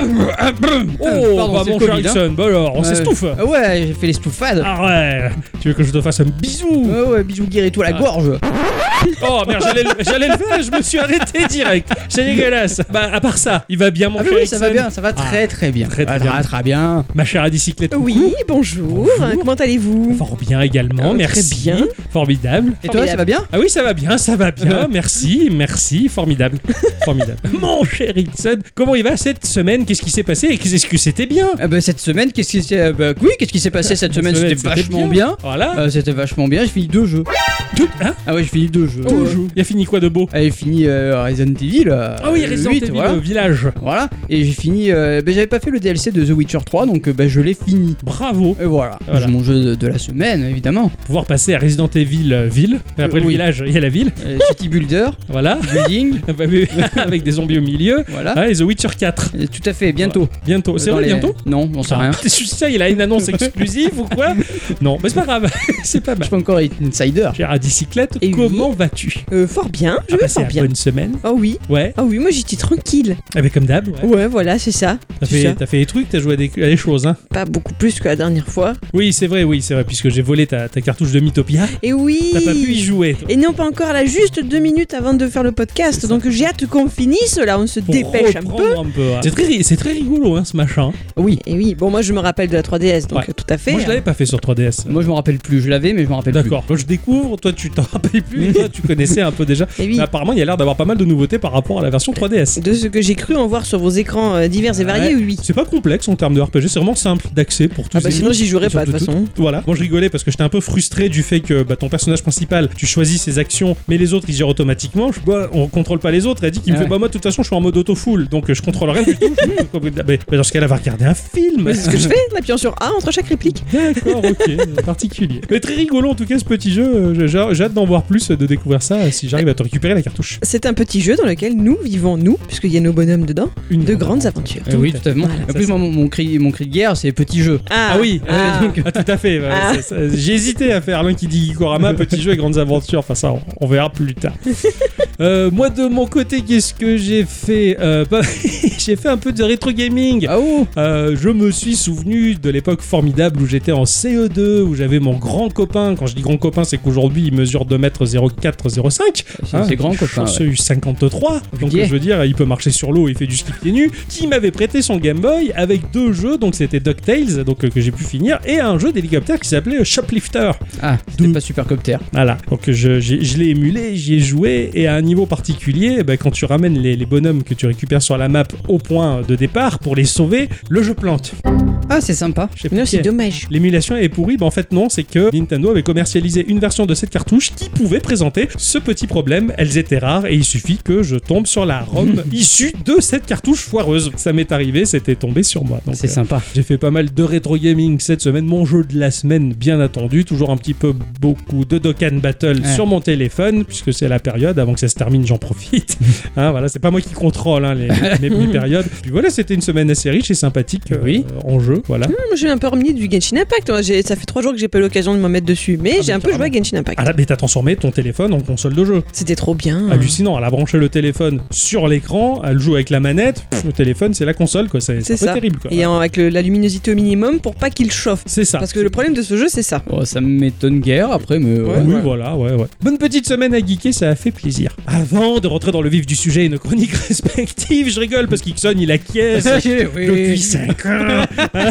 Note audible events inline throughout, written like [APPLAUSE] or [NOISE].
Oh, Pardon, bah c'est mon le cher Covid, hein. Ixon, bah alors, on Ouais. s'estouffe Ah ouais, j'ai fait l'estouffade. Ah ouais Tu veux que je te fasse un bisou Ouais, ouais, bisous guéris tout à la Ah. gorge. Oh merde, j'allais le- j'allais le faire, je me suis arrêté direct C'est dégueulasse Bah, à part ça, il va bien mon Ah oui, cher oui, ça va Ixon bien, ça va très très bien. Très, très Ah, bien. très bien. Ma chère à bicyclette Oui, bonjour. Bonjour. Comment allez-vous Fort bien également, Oh, Ah, très merci. bien. Formidable. Et toi, ça va bien Ah oui, ça va bien, ça va [LAUGHS] bien. Merci, merci, formidable. Formidable. Mon cher Ixon, comment il va cette semaine Qu'est-ce qui s'est passé Et qu'est-ce que c'était bien Ah bah, cette semaine, qu'est-ce qui s'est... ah bah, oui, qu'est-ce qui s'est passé cette semaine C'était vachement bien. Voilà. Euh, C'était vachement bien, j'ai fini deux jeux. Tout- hein Ah ouais, j'ai fini deux jeux. Toujours. Il a fini quoi de beau Ah, J'ai fini euh, Resident Evil. euh, Ah oui, Resident huit, Evil, voilà. euh, village. Voilà, et j'ai fini. euh, ben, j'avais pas fait le DLC de The Witcher 3, donc euh, ben, je l'ai fini. Bravo. Et voilà, Voilà. C'est mon jeu de, de la semaine, évidemment. Pouvoir passer à Resident Evil euh, ville. Et Après Euh, le oui. village, il y a la ville. Euh, City Builder, [LAUGHS] Voilà. Building, Bah oui, Avec des zombies au milieu. voilà. Ah, et The Witcher 4. Et Tout à fait, bientôt. Bientôt. Oh, C'est Euh, Dans vrai, les- bientôt Ah. Non, j'en sais rien. Je suis sûr, il a une annonce exclusive ou quoi Hein [LAUGHS] Non, mais c'est pas grave. [LAUGHS] c'est pas Je mal. suis pas encore insider. Cher à bicyclette, Et oui. comment vas-tu Euh, Fort bien, Ah, je me bah, c'est sens la bien. bonne semaine. Ah oui, Ouais, ah oui, moi j'étais tranquille. ah, mais comme d'hab, ouais. Ouais, voilà, c'est ça. t'as, c'est fait, ça. t'as fait des trucs, t'as joué à des, à des choses. Hein. Pas beaucoup plus que la dernière fois. Oui, c'est vrai, oui, c'est vrai, puisque j'ai volé ta, ta cartouche de Mythopia. Et oui. T'as pas pu y jouer. toi. Et non, pas encore, là, juste deux minutes avant de faire le podcast. Donc j'ai hâte qu'on finisse, là, on se Pour dépêche un peu. reprendre un peu. hein. C'est, très, ri- c'est très rigolo, hein, ce machin. Oui. Et oui, bon, moi je me rappelle de la 3DS, donc Ouais. tout à fait. Moi, je l'avais pas fait sur 3DS. Moi, je me rappelle plus. Je l'avais, mais je me rappelle plus. D'accord. Moi, je découvre, toi, tu t'en rappelles plus, [LAUGHS] et toi, tu connaissais un peu déjà. Et oui. Mais apparemment, il y a l'air d'avoir pas mal de nouveautés par rapport à la version 3DS. De ce que j'ai cru en voir sur vos écrans euh, divers et variés, oui. C'est pas complexe en termes de RPG, c'est vraiment simple d'accès pour tous Ah bah et sinon toutes. j'y jouerais Et pas de toute surtout façon. Voilà, moi je rigolais parce que j'étais un peu frustré du fait que bah, ton personnage principal, tu choisis ses actions, mais les autres ils gèrent automatiquement. Je, bah, on contrôle pas les autres. Elle dit qu'il me Ah fait ouais. bah moi de toute façon je suis en mode auto full, donc euh, je contrôle rien du tout. Je- mais, mais dans ce cas-là, va regarder un film. Mais c'est ce que je fais, en appuyant sur A entre chaque réplique. D'accord, [LAUGHS] ok, particulier. Mais très rigolo en tout cas ce petit jeu. euh, j'ai- J'ai j'ai hâte d'en voir plus, euh, de découvrir ça euh, si j'arrive à te récupérer la cartouche. C'est un petit jeu dans lequel nous vivons, nous, puisqu'il y a nos bonhommes dedans, Une de grandes aventures. Euh, oui, Tout à tout à fait. Voilà, en Eh ça, plus, c'est- moi, mon, mon cri, mon cri de guerre, c'est petit jeu. Ah oui, ah. euh, donc- ah, tout à fait. ouais, Ah. c'est ça. J'ai hésité à faire l'un qui dit Gikorama, petit jeu et grandes aventures. Enfin, ça, on, on verra plus tard. Euh, moi, de mon côté, qu'est-ce que j'ai fait Euh, bah, [LAUGHS] J'ai fait un peu de rétro gaming. Ah oh Euh, je me suis souvenu de l'époque formidable où j'étais en CE2, où j'avais mon grand copain. Quand je dis grand copain, c'est qu'aujourd'hui il mesure 2m04-05. C'est c'est grand, copain. ouais. Ah, Chanceux, eu 53. Donc Yeah. je veux dire, il peut marcher sur l'eau, il fait du ski pieds nus. Qui m'avait prêté son Game Boy avec deux jeux, donc c'était DuckTales, donc euh, que j'ai pu finir, et un jeu d'hélicoptère qui s'appelait euh, Shoplifter. Ah, c'était Deux. pas Supercopter. Voilà. Donc euh, je, j'ai- je l'ai émulé, j'y ai joué, et à un niveau particulier, eh ben, quand tu ramènes les, les bonhommes que tu récupères sur la map au point de départ pour les sauver, le jeu plante. Ah, c'est sympa. Je sais Non, plus c'est qui- dommage. L'émulation est pourrie, bah en fait non, c'est que Nintendo avait commercialisé une version de cette cartouche qui pouvait présenter ce petit problème. Elles étaient rares et il suffit que je tombe sur la [LAUGHS] ROM issue de cette cartouche foireuse. Ça m'est arrivé, c'était tombé sur moi. Donc, C'est euh, sympa. j'ai fait pas mal de rétro gaming cette semaine, mon jeu de la semaine bien attendu, toujours un petit peu beaucoup de Dokkan Battle Ouais. sur mon téléphone, puisque c'est la période, avant que ça se termine j'en [LAUGHS] profite. Hein, voilà, c'est pas moi qui contrôle hein, les, les- les périodes. Puis voilà, c'était une semaine assez riche et sympathique euh, Oui. en jeu, voilà. Hum, Moi, j'ai un peu remis du Genshin Impact. Moi, j'ai- Ça fait trois jours que j'ai pas eu l'occasion de me mettre dessus, mais Ah, j'ai mais un peu joué à Genshin Impact. Ah là, mais t'as transformé ton téléphone en console de jeu. C'était trop bien. Hallucinant, elle a branché le téléphone sur l'écran, elle joue avec la manette, pff, le téléphone c'est la console quoi, c'est c'est C'est un peu ça. terrible quoi. Et en- avec le- la luminosité au minimum pour pas qu'il chauffe. C'est ça. Parce que le problème de ce jeu, c'est ça. Oh, ça m'étonne guère après, mais. Ouais. ouais. [LAUGHS] Oui, voilà, ouais, ouais. Bonne petite semaine à geeker, ça a fait plaisir. Avant de rentrer dans le vif du sujet et nos chroniques [LAUGHS] respectives, je rigole parce qu'Ixon il acquiesce. [LAUGHS] [LAUGHS] Oui. Depuis 5 ans. Hein [LAUGHS]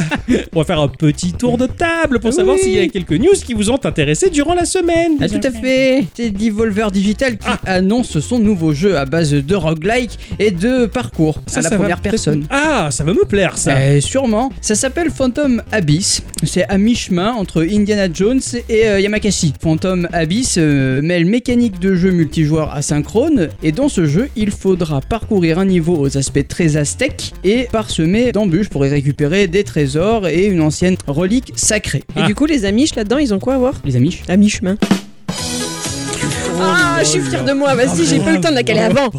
On va faire un petit tour de table pour savoir Oui. s'il y a quelques news qui vous ont intéressé durant la semaine. Ah, tout à fait C'est Devolver Digital qui Ah. annonce son nouveau jeu à base de roguelike et de parcours à la va première peut-être- personne. Ah, ça va me plaire ça. Euh, sûrement. Ça s'appelle Phantom Abyss. C'est à mi-chemin entre Indiana Jones et euh, Yamakasi. Phantom Abyss euh, mêle mécanique de jeu multijoueur asynchrone et dans ce jeu, il faudra parcourir un niveau aux aspects très aztèques et parsemé d'embûches pour y récupérer des trésors et une ancienne relique sacrée. Et Ah. du coup, les Amish là-dedans, ils ont quoi à voir Les amis À mi-chemin. Tu fous Oh, Ah, je suis fier de moi, vas-y, j'ai pas eu le temps de la Ah, caler avant.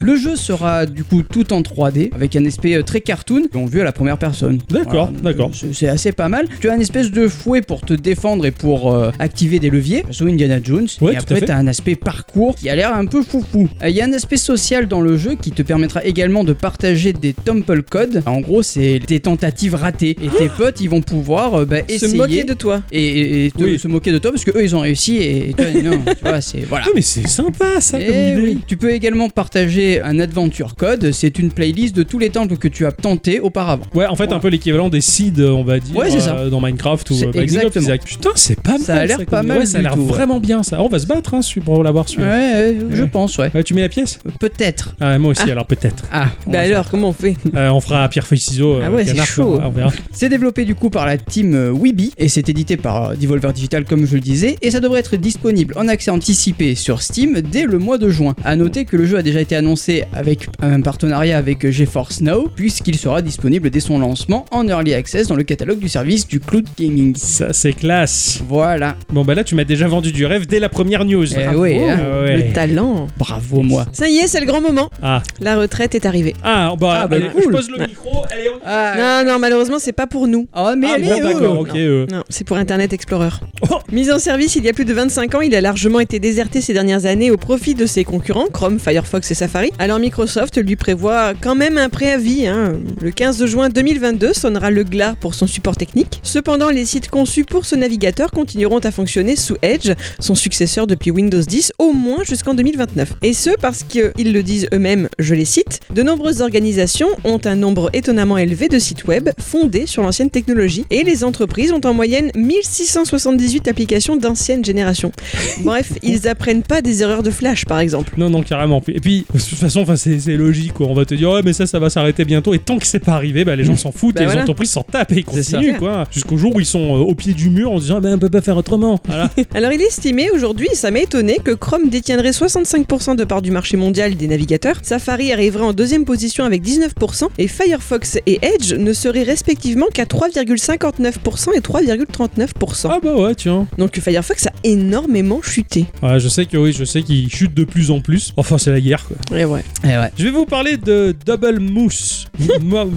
Le jeu sera du coup tout en 3D avec un aspect euh, très cartoon, on vu à la première personne. D'accord, donc, d'accord. c'est- C'est assez pas mal. Tu as une espèce de fouet pour te défendre et pour euh, activer des leviers, façon Indiana Jones. Ouais, et tout à après, fait. tu as un aspect parcours qui a l'air un peu foufou. Euh, Il y a un aspect social dans le jeu qui te permettra également de partager des temple codes. En gros, c'est tes tentatives ratées. Et Ah tes potes, ils vont pouvoir euh, bah, essayer Se moquer de toi. et, et- et te- Oui. se moquer de toi parce que eux ils ont réussi et, et toi non tu vois c'est voilà Ah, mais c'est sympa ça comme Eh idée. oui. Tu peux également partager un Adventure Code, c'est une playlist de tous les temples que tu as tenté auparavant. Ouais, en fait, un peu l'équivalent des seeds, on va dire, Ouais, c'est ça. euh, dans Minecraft ou C'est euh, Binding of exactement. Isaac. Putain, c'est pas mal. Ça a l'air comme pas idée. mal Ouais, ça a du l'air tout, ouais. vraiment bien ça. Ah, on va se battre hein, celui- pour l'avoir Ouais, celui ouais, je Ouais. pense, ouais. Ouais, tu mets la pièce Peut-être. Ah, moi aussi, alors peut-être. Ah, on Bah va alors, comment on fait Euh, on fera pierre feuille ciseaux. euh, Ah ouais, c'est canard, chaud. quoi. Ah, on verra. voir. C'est développé du coup par la team euh, Weeby et c'est édité par euh, Devolver Digital comme je le disais et ça devrait être disponible en accès anticipé sur Steam dès le mois de juin. À noter que le jeu a déjà été annoncé avec un partenariat avec euh, GeForce Now puisqu'il sera disponible dès son lancement en early access dans le catalogue du service du Cloud Gaming. Ça, c'est classe. Voilà. Bon, bah là, tu m'as déjà vendu du rêve dès la première news. Eh Ah, oui, oh, hein. ah ouais. Le talent. Bravo moi. Ça y est, c'est le grand moment. Ah, La retraite est arrivée. ah, bah, Ah, bah, allez, cool. je pose le micro. Allez, on... Non, non, malheureusement, c'est pas pour nous. Ah, mais Ah, allez, bon, oh. d'accord, ok. euh. Non, c'est pour Internet Explorer. Oh. Mise en service il y a plus de 25 ans, il a largement été déserté ces dernières années au profit de ses concurrents, Chrome, Firefox et Safari. Alors Microsoft lui prévoit quand même un préavis. hein. Le 15 juin 2022 sonnera le glas pour son support technique. Cependant, les sites conçus pour ce navigateur continueront à fonctionner sous Edge, son successeur depuis Windows 10, au moins jusqu'en 2029. Et ce, parce qu'ils le disent eux-mêmes, je les cite, de nombreuses organisations ont un nombre étonnamment élevé de sites web fondés sur l'ancienne technologie et les entreprises ont en moyenne 1678 applications d'ancienne génération. Bref, ils apprennent pas des erreurs de Flash par exemple. Non, non, carrément. Et puis, de toute façon, enfin, c'est c'est logique. Quoi. On va te dire, ouais, mais ça, ça va s'arrêter bientôt. Et tant que c'est pas arrivé, bah, les gens s'en foutent, Bah et les voilà. entreprises s'en tapent et ils C'est ça. continuent, quoi. Jusqu'au jour où ils sont euh, au pied du mur en se disant, ben on peut pas faire autrement. Voilà. Alors il est estimé aujourd'hui, ça m'a étonné, que Chrome détiendrait 65% de part du marché mondial des navigateurs, Safari arriverait en deuxième position avec 19%, et Firefox et Edge ne seraient respectivement qu'à 3,59% et 3,39%. ah, bah ouais, tiens. Donc Firefox a énormément chuté. Ouais, je sais que oui, je sais qu'ils chutent de plus en plus. Enfin, c'est la guerre, quoi. Ouais, ouais. Eh ouais. Je vais vous parler de Double [LAUGHS] Mousse. Mo-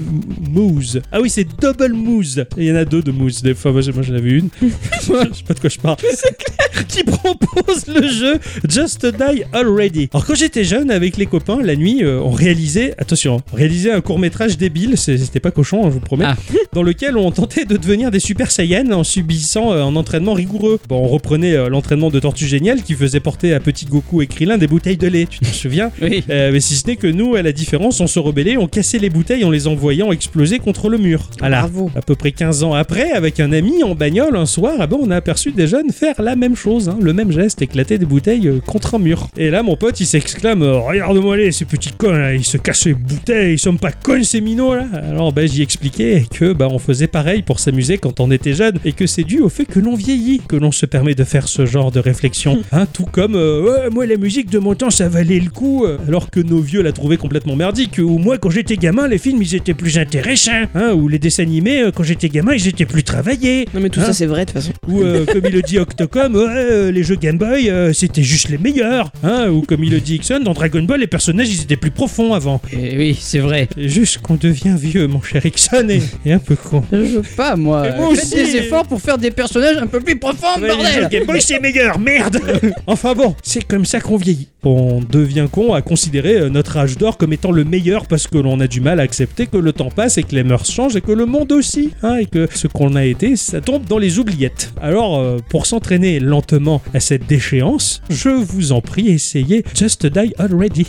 mousse. Ah oui, c'est Double Mousse. Et Il y en a deux de mousse. Des fois, moi, j'en- moi, j'en avais [LAUGHS] une. je sais pas de quoi je parle. [LAUGHS] Qui propose le jeu Just Die Already. Alors, quand j'étais jeune, avec les copains, la nuit, euh, on réalisait, attention, on réalisait un court-métrage débile. c'est- C'était pas cochon, hein, je vous promets. Ah. [LAUGHS] Dans lequel on tentait de devenir des Super Saiyans en subissant euh, un entraînement rigoureux. Bon, on reprenait euh, l'entraînement de Tortue Géniale qui faisait porter à Petit Goku et Krillin des bouteilles de lait. Tu te souviens Oui. euh, mais si ce n'est que nous, à la différence, on se rebellait, on cassait les bouteilles en les envoyant exploser contre le mur. Voilà. Bravo. À peu près 15 ans après, avec un ami en bagnole un soir, ah ben, on a aperçu des jeunes faire la même chose, hein, le même geste, éclater des bouteilles euh, contre un mur. Et là, mon pote, il s'exclame euh, Regarde-moi les, ces petits cons, là, ils se cassent les bouteilles, ils sont pas cons ces minots là. Alors, ben, j'y expliquais que ben, on faisait pareil pour s'amuser quand on était jeune et que c'est dû au fait que l'on vieillit, que l'on se permet de faire ce genre de [LAUGHS] réflexion. Hein, tout comme euh, Ouais, moi, la musique de mon temps, ça valait le coup, euh, alors que nos vieux la trouvaient complètement merdique, ou moi, quand j'étais gamin, les films, ils étaient plus intéressants, hein, ou les dessins animés, euh, quand j'étais gamin, ils étaient plus travaillés. Non mais tout Hein ça c'est vrai de toute façon. Ou [LAUGHS] euh, comme il le dit Octocom, ouais, euh, les jeux Game Boy, euh, c'était juste les meilleurs. Hein, ou comme il le dit Ixon, dans Dragon Ball, les personnages, ils étaient plus profonds avant. Eh oui, c'est vrai. C'est juste qu'on devient vieux, mon cher Ixon, et, et un peu con. Je veux pas, moi. Et moi Faites aussi. des efforts pour faire des personnages un peu plus profonds, Ouais, les jeux bordel Game Boy, c'est meilleur, merde [LAUGHS] Enfin bon, c'est comme ça qu'on vieillit. On devient con à considérer euh, notre âge d'or comme étant le meilleur parce que l'on a du mal à accepter que le temps passe et que les mœurs changent et que le monde aussi, hein, et que ce qu'on a été, ça tombe dans les oubliettes. Alors, euh, pour s'entraîner lentement à cette déchéance, je vous en prie, essayez Just Die Already.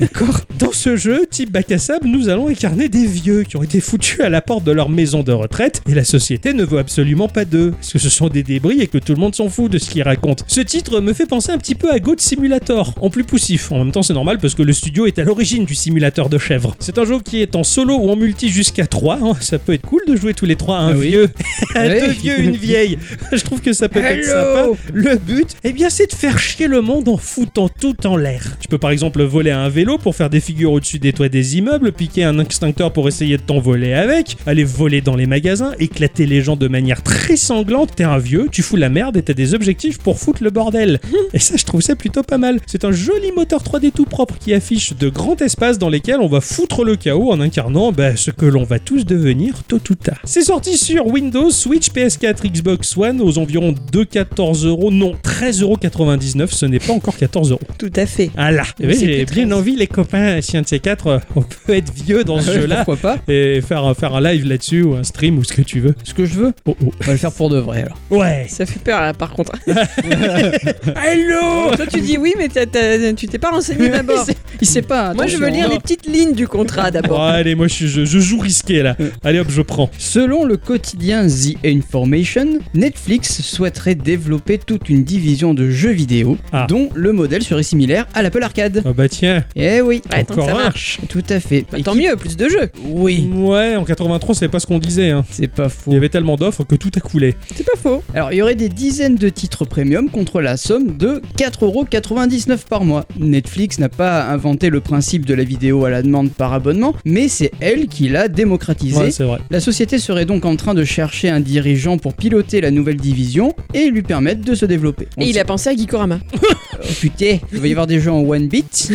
D'accord Dans ce jeu, type bac à sable, nous allons incarner des vieux qui ont été foutus à la porte de leur maison de retraite et la société ne veut absolument pas d'eux, parce que ce sont des débris et que tout le monde s'en fout de ce qu'ils racontent. Ce titre me fait penser un petit peu à Goat Simulator. On plus poussif. En même temps, c'est normal parce que le studio est à l'origine du simulateur de chèvres. C'est un jeu qui est en solo ou en multi jusqu'à 3. Ça peut être cool de jouer tous les trois à un Ah oui. vieux, [LAUGHS] à Oui. deux vieux, une vieille. [LAUGHS] Je trouve que ça peut être Hello. sympa. Le but, eh bien, c'est de faire chier le monde en foutant tout en l'air. Tu peux par exemple voler un vélo pour faire des figures au-dessus des toits des immeubles, piquer un extincteur pour essayer de t'envoler avec, aller voler dans les magasins, éclater les gens de manière très sanglante. T'es un vieux, tu fous la merde et t'as des objectifs pour foutre le bordel. Et ça, je trouve ça plutôt pas mal. C'est un joli moteur 3D tout propre qui affiche de grands espaces dans lesquels on va foutre le chaos en incarnant bah, ce que l'on va tous devenir tôt ou tard. C'est sorti sur Windows, Switch, PS4, Xbox One aux environs de 14 euros, non 13,99€, ce n'est pas encore 14 euros. Tout à fait. Ah là, eh ben, C'est j'ai plus bien envie les copains, si un de ces quatre, euh, on peut être vieux [LAUGHS] dans ce jeu-là Pourquoi pas et faire, un- faire un live là-dessus ou un stream ou ce que tu veux. Ce que je veux, Oh oh. on va le faire pour de vrai alors. Ouais. Ça fait peur, là, par [LAUGHS] contre. Hello Toi, tu dis oui, mais t'as- t'as- tu t'es pas renseigné [LAUGHS] d'abord. Il sait pas. Moi, je veux attention, lire hein. les petites lignes du contrat Bon, d'abord. allez, moi je, suis- je- je joue risqué là. Allez hop, je prends. hein. Selon le quotidien The Information, Netflix souhaiterait développer toute une division de jeux vidéo Ah. dont le modèle serait similaire à l'Apple Arcade. Ah bah tiens, Eh oui, Ouais, tant que encore ça un. marche. tout à fait. Bah, tant mieux, plus de jeux. Oui, Ouais, en 83, c'est pas ce qu'on disait. Hein. c'est pas Il faux. y avait tellement d'offres que tout a coulé. C'est pas faux. Alors, il y aurait des dizaines de titres premium contre la somme de 4,99€ par mois. Netflix n'a pas inventé le principe de la vidéo à la demande par abonnement, mais c'est elle qui l'a démocratisé. Ouais, c'est vrai. La société serait donc en train de chercher un dirigeant pour piloter la nouvelle division et lui permettre de se développer. On Et il a pensé à Gikorama. Oh, putain, il va y avoir des jeux en one [LAUGHS] bit,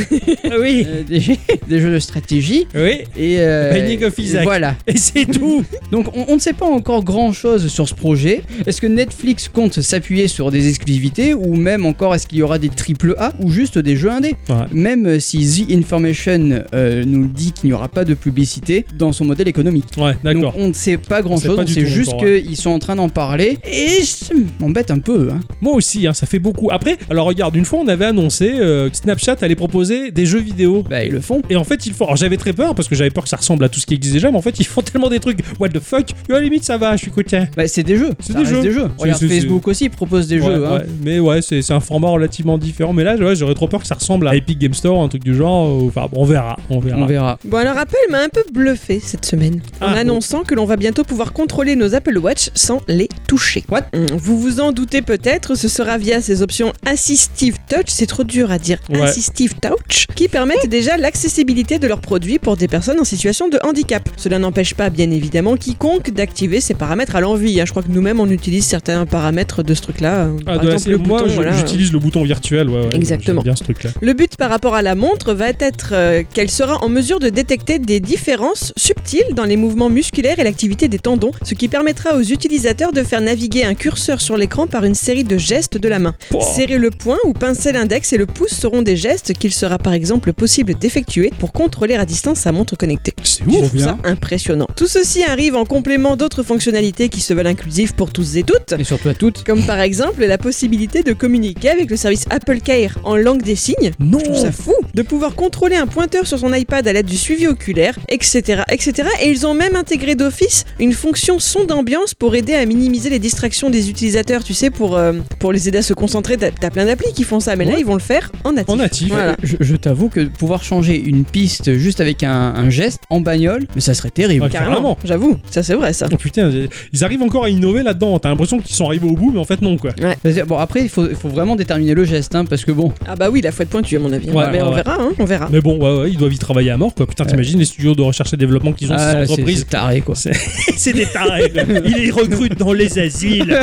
oui, euh, des, [LAUGHS] jeux- des jeux de stratégie [LAUGHS] oui. et euh, Binding of Isaac. voilà. Et c'est tout. Donc on, on ne sait pas encore grand chose sur ce projet. Est-ce que Netflix compte s'appuyer sur des exclusivités ou même encore est-ce qu'il y aura des triple A ou juste des jeux indés Ouais. Même si The Information euh, nous dit qu'il n'y aura pas de publicité dans son modèle économique. Ouais, Donc d'accord. on ne sait pas grand On sait chose, pas on du sait tout juste encore, qu'ils sont en train d'en parler et ça m'embête un peu. hein. Moi aussi, hein, ça fait beaucoup. Après, alors regarde, une fois on avait annoncé euh, que Snapchat allait proposer des jeux vidéo. Bah ils le font. Et en fait, ils font. Alors j'avais très peur parce que j'avais peur que ça ressemble à tout ce qui existe déjà, mais en fait, ils font [LAUGHS] tellement des trucs. What the fuck Et À la limite, ça va, je suis content. Bah c'est des jeux. C'est ça des reste jeux. C'est- Regarde c'est- c'est- Facebook aussi propose des Ouais, jeux. hein. ouais. Mais ouais, c'est c'est un format relativement différent. Mais là, ouais, j'aurais trop peur que ça ressemble à Epic Game Store, un truc du genre. euh, Enfin, bon, on verra. On verra. On verra. Bon, alors Apple m'a un peu bluffé cette semaine en Ah, annonçant que l'on va bientôt pouvoir contrôler nos Apple Watch sans les toucher. What Mm, Vous vous en doutez peut-être, ce sera via ces options Assistive Touch, c'est trop dur à dire, Ouais. Assistive Touch, qui permettent déjà l'accessibilité de leurs produits pour des personnes en situation de handicap. Cela n'empêche pas, bien évidemment, quiconque d'activer ces paramètres à l'envie. hein. Je crois que nous-mêmes, on utilise certains paramètres de ce truc-là. euh, Ah, par de la exemple, le série- moi, bouton, je- voilà. j'utilise le bouton virtuel. ouais, ouais, Exactement. j'aime bien ce truc-là. Le but par rapport à la montre va être euh, qu'elle sera en mesure de détecter des différences subtiles dans les mouvements musculaires et l'activité des tendons, ce qui permettra aux utilisateurs de faire naviguer un curseur sur l'écran par une série de gestes de la main. Pouah. Serrer le poing ou pincer l'index et le pouce seront des gestes qu'il sera par exemple possible d'effectuer pour contrôler à distance sa montre connectée. C'est Trop ouf. Je trouve bien. ça impressionnant. Tout ceci arrive en complément d'autres fonctionnalités qui se veulent inclusives pour tous et toutes. Et surtout à toutes. Comme par exemple la possibilité de communiquer avec le service Apple Care en langue des signes, Non. je trouve ça fou de pouvoir contrôler un pointeur sur son iPad à l'aide du suivi oculaire, etc., etc. Et ils ont même intégré d'office une fonction son d'ambiance pour aider à minimiser les distractions des utilisateurs. Tu sais, pour, euh, pour les aider à se concentrer. T'as t'as plein d'applis qui font ça, mais là Ouais. ils vont le faire en natif. En natif. Voilà. Je, je t'avoue que pouvoir changer une piste juste avec un, un geste en bagnole, mais ça serait terrible. Ouais. Carrément, Carrément. j'avoue, ça c'est vrai ça. Oh putain, ils arrivent encore à innover là-dedans. T'as l'impression qu'ils sont arrivés au bout, mais en fait non quoi. C'est-à-dire, Bon après il faut, il faut vraiment déterminer le geste hein, parce que bon Ah bah oui, la fouette pointue à mon avis. Ouais, mais ouais, on ouais. verra, hein, on verra. Mais bon, ouais, ouais, ils doivent y travailler à mort quoi. Putain, t'imagines les studios de recherche et développement qu'ils ont ah, ces c'est- entreprises. c'est taré [LAUGHS] quoi. C'est des tarés. [LAUGHS] quoi. Ils les recrutent dans les asiles.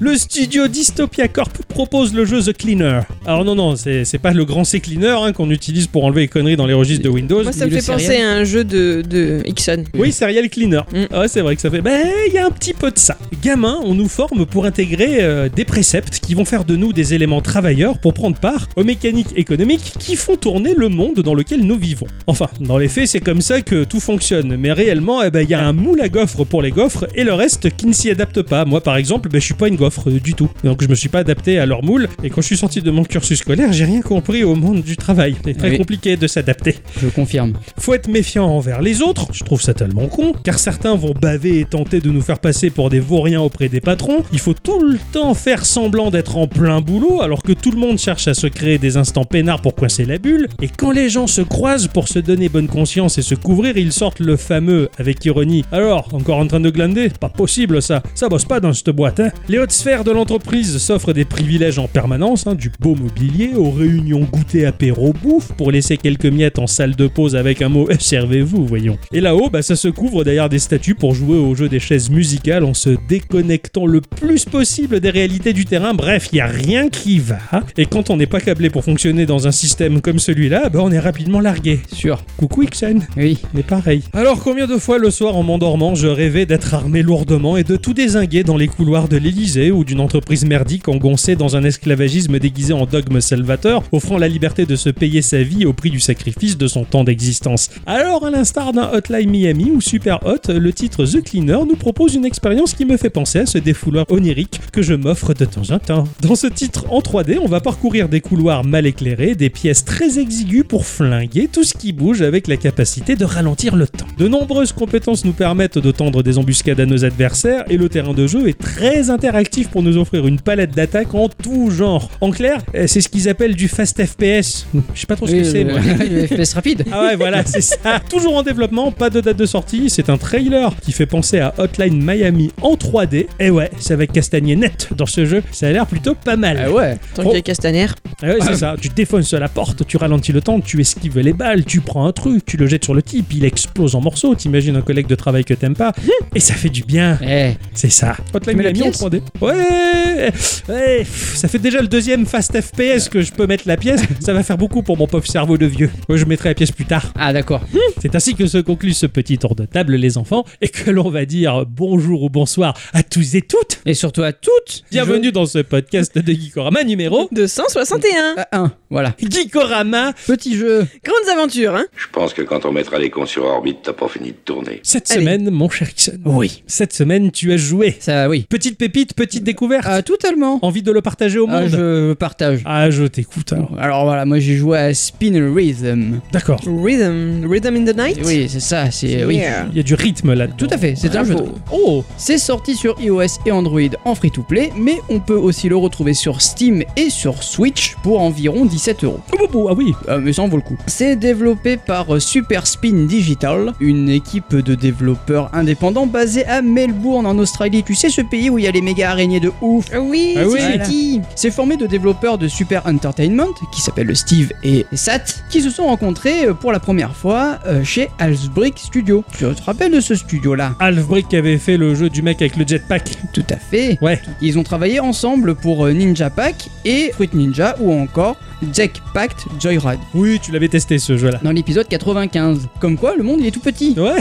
le studio Dystopia Corp propose le jeu The Cleaner. Alors non, non, c'est c'est pas le grand C Cleaner hein, qu'on utilise pour enlever les conneries dans les registres de Windows. Moi ça me Ni le fait penser céréal. à un jeu de, de Ixon. Oui, Serial Cleaner. Mm. Ouais, c'est vrai que ça fait. Ben, il y a un petit peu de ça. Gamin, on nous forme pour intégrer euh, des préceptes qui vont faire de nous des éléments travailleurs pour prendre part aux mécaniques économiques qui font tourner le monde dans lequel nous vivons. Enfin, dans les faits, c'est comme ça que tout fonctionne. Mais réellement, eh ben, il y a un moule à gaufres pour les gaufres et le reste qui ne s'y adapte pas. Moi, par exemple, ben, je suis pas une gaufre euh, du tout. Donc, je me suis pas adapté à leur moule. Et quand je suis sorti sorti de mon cursus scolaire, j'ai rien compris au monde du travail. C'est très Oui. compliqué de s'adapter. Je confirme. Faut être méfiant envers les autres, je trouve ça tellement con, car certains vont baver et tenter de nous faire passer pour des vauriens auprès des patrons. Il faut tout le temps faire semblant d'être en plein boulot, alors que tout le monde cherche à se créer des instants peinards pour coincer la bulle. Et quand les gens se croisent pour se donner bonne conscience et se couvrir, ils sortent le fameux, avec ironie, alors, encore en train de glander Pas possible ça, ça bosse pas dans cette boîte, hein. Les hautes sphères de l'entreprise s'offrent des privilèges en permanence, hein, du beau mobilier aux réunions goûter apéro bouffe pour laisser quelques miettes en salle de pause avec un mot [LAUGHS] servez-vous, voyons. Et là-haut, bah, ça se couvre derrière des statues pour jouer au jeu des chaises musicales en se déconnectant le plus possible des réalités du terrain. Bref, il y a rien qui va. Et quand on n'est pas câblé pour fonctionner dans un système comme celui-là, bah, on est rapidement largué. Sûr. Coucou Ixen Oui. mais pareil. Alors combien de fois le soir en m'endormant, je rêvais d'être armé lourdement et de tout désinguer dans les couloirs de l'Elysée ou d'une entreprise merdique engoncée dans un esclavagisme déguisé en dogme salvateur, offrant la liberté de se payer sa vie au prix du sacrifice de son temps d'existence. Alors à l'instar d'un Hotline Miami ou Super Hot, le titre The Cleaner nous propose une expérience qui me fait penser à ce défouloir onirique que je m'offre de temps en temps. Dans ce titre en 3D, on va parcourir des couloirs mal éclairés, des pièces très exiguës pour flinguer tout ce qui bouge avec la capacité de ralentir le temps. De nombreuses compétences nous permettent de tendre des embuscades à nos adversaires et le terrain de jeu est très interactif pour nous offrir une palette d'attaques en tout genre. En clair, euh, c'est ce qu'ils appellent du fast FPS. Je sais pas trop ce que c'est moi. [LAUGHS] le FPS rapide. Ah ouais, voilà, c'est ça. Toujours en développement, pas de date de sortie, c'est un trailer qui fait penser à Hotline Miami en 3D. Et ouais, ça va castagner net dans ce jeu, ça a l'air plutôt pas mal. Ah ouais. Tant qu'il y a Castaner. Ah ouais, c'est ça. Tu défonces la porte, tu ralentis le temps, tu esquives les balles, tu prends un truc, tu le jettes sur le type, il explose en morceaux, t'imagines un collègue de travail que t'aimes [LAUGHS] pas, et ça fait du bien. Eh, C'est ça. Hotline mets la Miami en pièce 3D. Ouais, ouais pff, Ça fait déjà le deuxième fast FPS que je peux mettre la pièce. Ça va faire beaucoup pour mon pauvre cerveau de vieux. Moi, je mettrai la pièce plus tard. Ah d'accord. C'est ainsi que se conclut ce petit tour de table, les enfants, et que l'on va dire bonjour ou bonsoir à tous et toutes. Et surtout à toutes. Bienvenue dans ce podcast de Geekorama numéro 261. Je- à Ah, un. Voilà. Geekorama Petit jeu. Grandes aventures, hein Je pense que quand on mettra les cons sur orbite, t'as pas fini de tourner. Cette Allez. semaine, mon cher Ixon. Oui. Cette semaine, tu as joué. Ça oui. Petite pépite, petite découverte. Ah totalement. Envie de le partager au Ah, monde je partage. Ah, je t'écoute alors. Alors voilà, moi j'ai joué à Spin Rhythm. D'accord. Rhythm. Rhythm in the night Oui, c'est ça, euh, c'est oui. Yeah. Il y a du rythme là. Tout à fait, c'est un jeu. de- Bravo. Oh C'est sorti sur iOS et Android en free to play, mais on peut aussi le retrouver sur Steam et sur Switch pour environ 17 euros. Oh, oh, oh, Ah oui Euh, mais ça en vaut le coup. C'est développé par euh, Super Spin Digital, une équipe de développeurs indépendants basée à Melbourne en Australie. Tu sais ce pays où il y a les méga araignées de ouf Ah oui, Ah oui. c'est gentil. C'est formé de développeurs de Super Entertainment, qui s'appellent Steve et Sat, qui se sont rencontrés euh, pour la première fois euh, chez Halsbrick Studio. Tu te rappelles de ce studio-là Alf Brick avait fait le jeu du mec avec le jetpack. Tout à fait. Ouais. Ils ont travaillé ensemble pour euh, Ninja Pack et Fruit Ninja ou encore Jack Pact Joyride Oui, tu l'avais testé ce jeu-là. dans l'épisode 95. Comme quoi, le monde il est tout petit. Ouais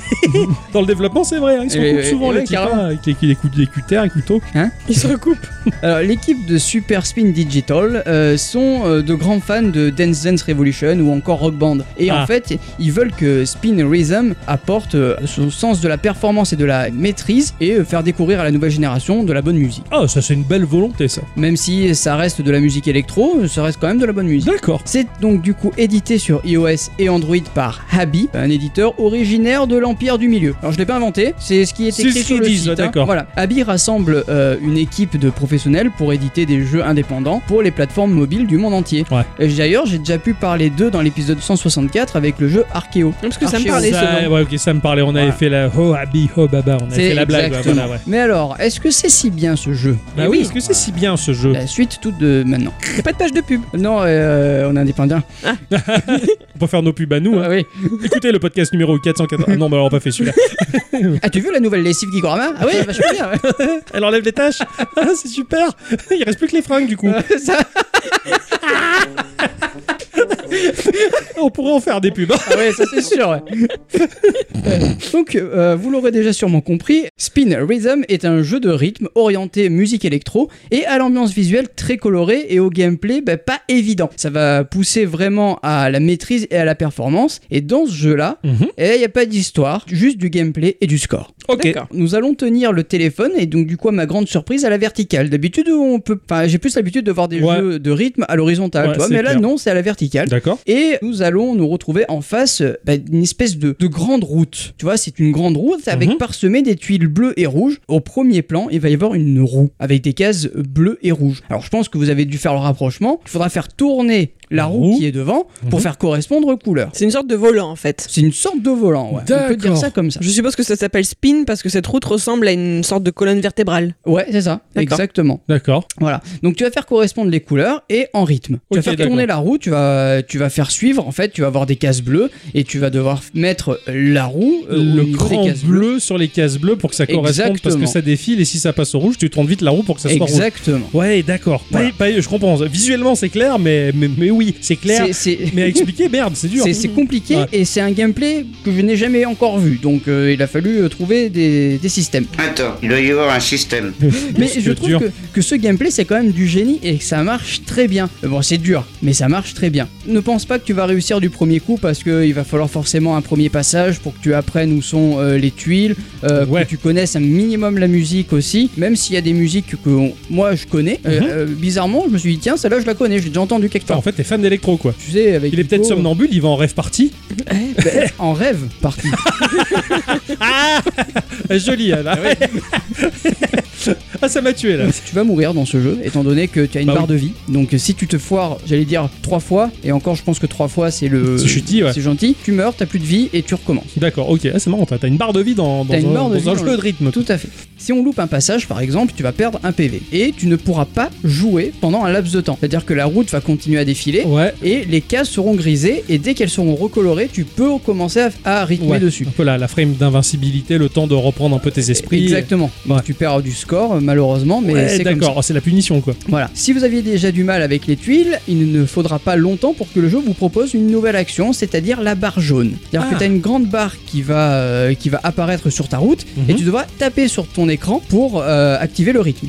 Dans le développement, c'est vrai. hein, Ils se Et- recoupent et- souvent et les ouais, types eh carrément. hein, avec les- les coups- les cutters, les couteaux. Ils se recoupent. Alors, l'équipe de Super Spin Digital euh, sont euh, de grands fans de Dance Dance Revolution ou encore Rock Band. Et Ah. en fait, ils veulent que Spin Rhythm apporte euh, son sens de la performance et de la maîtrise et euh, faire découvrir à la nouvelle génération de la bonne musique. Ah, ça c'est une belle volonté ça. Même si ça reste de la musique électro, ça reste quand même de la bonne musique. D'accord. C'est donc du coup édité sur iOS et Android par Habi, un éditeur originaire de l'Empire du Milieu. Alors je l'ai pas inventé, c'est ce qui est C'est écrit ce sur qu'ils le disent, site. hein. d'accord. Voilà. Habi rassemble euh, une équipe de professionnels pour éditer des jeux indépendants pour les plateformes mobiles du monde entier. Ouais. Et D'ailleurs, j'ai déjà pu parler d'eux dans l'épisode 164 avec le jeu Archeo. Parce que ça me Archéo. parlait ce Ça, nom. ouais, ok, ça me parlait. On avait Voilà. fait la ho abi ho baba. On avait fait la blague. ouais, voilà, ouais. Mais alors, est-ce que c'est si bien ce jeu Eh Bah oui, est-ce que c'est si bien ce jeu La suite toute de maintenant. Y a Pas de page de pub. Non, euh, on [LAUGHS] est indépendant. On peut faire nos pubs à nous. hein. Ah, oui. [LAUGHS] Écoutez le podcast numéro 414. Ah non, bah alors on n'a pas fait [LAUGHS] celui-là. Ah, tu veux la nouvelle lessive Gigorama Ah oui, vachement bien. ouais. Elle enlève les tâches. Ah, c'est [LAUGHS] Ah. [LAUGHS] super. Il reste plus que les fringues du coup. Ça- On pourrait en faire des pubs. hein. Ah ouais, ça c'est sûr. ouais. Euh, [LAUGHS] Donc, euh, vous l'aurez déjà sûrement compris, Spin Rhythm est un jeu de rythme orienté musique électro et à l'ambiance visuelle très colorée et au gameplay bah, pas évident. Ça va pousser vraiment à la maîtrise et à la performance. Et dans ce jeu-là, Mhm. il n'y a pas d'histoire, juste du gameplay et du score. Ok. D'accord. Nous allons tenir le téléphone et donc du coup à ma grande surprise à la verticale. D'habitude on peut, enfin j'ai plus l'habitude de voir des Ouais. jeux de rythme à l'horizontale, Ouais, tu vois, c'est mais là clair. non c'est à la verticale. D'accord. Et nous allons nous retrouver en face euh, bah, d'une espèce de, de grande route. Tu vois, c'est une grande route avec Mhm. parsemée des tuiles bleues et rouges. Au premier plan, il va y avoir une roue avec des cases bleues et rouges. Alors je pense que vous avez dû faire le rapprochement. Il faudra faire tourner la roue, Roue. qui est devant pour Mhm. faire correspondre aux couleurs. C'est une sorte de volant en fait. C'est une sorte de volant, ouais. on peut dire D'accord. ça comme ça. Je suppose que ça s'appelle spin parce que cette route ressemble à une sorte de colonne vertébrale. Ouais, c'est ça, D'accord. exactement. D'accord. Voilà. Donc tu vas faire correspondre les couleurs et en rythme. Tu vas Ok, faire d'accord. tourner la roue, tu vas, tu vas faire suivre. En fait, tu vas avoir des cases bleues et tu vas devoir mettre la roue euh, au le niveau des cran cases bleues. bleu sur les cases bleues pour que ça corresponde parce que Exactement. ça défile et si ça passe au rouge, tu tournes vite la roue pour que ça soit rouge. Exactement. Ouais, d'accord. Pas- Voilà. pas- je comprends. Visuellement, c'est clair, mais, mais, mais oui, c'est clair. C'est- c'est- [LAUGHS] Mais à expliquer, merde, c'est dur. C'est c'est compliqué Ouais. et c'est un gameplay que je n'ai jamais encore vu, donc euh, il a fallu euh, trouver des, des systèmes. Attends, il doit y avoir un système. [LAUGHS] Mais Parce je que trouve dur. que, que ce gameplay c'est quand même du génie et que ça marche très bien. Euh, Bon c'est dur, mais ça marche très bien. Ne pense pas que tu vas réussir du premier coup parce qu'il va falloir forcément un premier passage pour que tu apprennes où sont euh, les tuiles, euh, Ouais. que tu connaisses un minimum la musique aussi, même s'il y a des musiques que on- moi je connais. Euh, Mhm. euh, bizarrement je me suis dit tiens celle-là je la connais, je l'ai déjà entendue quelque Enfin, part. en fait, t'es fan d'électro, quoi. Tu sais, avec Il est Nico, peut-être somnambule, il va en rêve parti. euh, [LAUGHS] en rêve parti. Ah Joli, Anna. [LAUGHS] ah, ça m'a tué, là. Euh, tu vas mourir dans ce jeu, étant donné que tu as une Bah barre de vie. Donc si tu te foires, j'allais dire trois fois, et encore je pense que trois fois c'est le. C'est chutis, ouais. C'est gentil, tu meurs, t'as plus de vie et tu recommences. D'accord, ok. Ah, c'est marrant, t'as t'as une barre de vie dans, dans T'as une un, barre de dans vie un dans jeu le- de rythme. Tout à fait. Si on loupe un passage, par exemple, tu vas perdre un PV et tu ne pourras pas jouer pendant un laps de temps. C'est-à-dire que la route va continuer à défiler Ouais. et les cases seront grisées et dès qu'elles seront recolorées, tu peux commencer à, à rythmer ouais. dessus. Un peu la, la frame d'invincibilité, le temps de reprendre un peu tes esprits. Exactement. Donc, euh, Ouais. Tu perds du score, malheureusement, mais Ouais, c'est comme ça. d'accord, Oh, c'est la punition, quoi. Voilà. Si vous aviez déjà du mal avec les tuiles, il ne faudra pas longtemps pour que le jeu vous propose une nouvelle action, c'est-à-dire la barre jaune. C'est-à-dire Ah. que tu as une grande barre qui va, euh, qui va apparaître sur ta route Mhm. et tu devras taper sur ton écran pour euh, activer le rythme.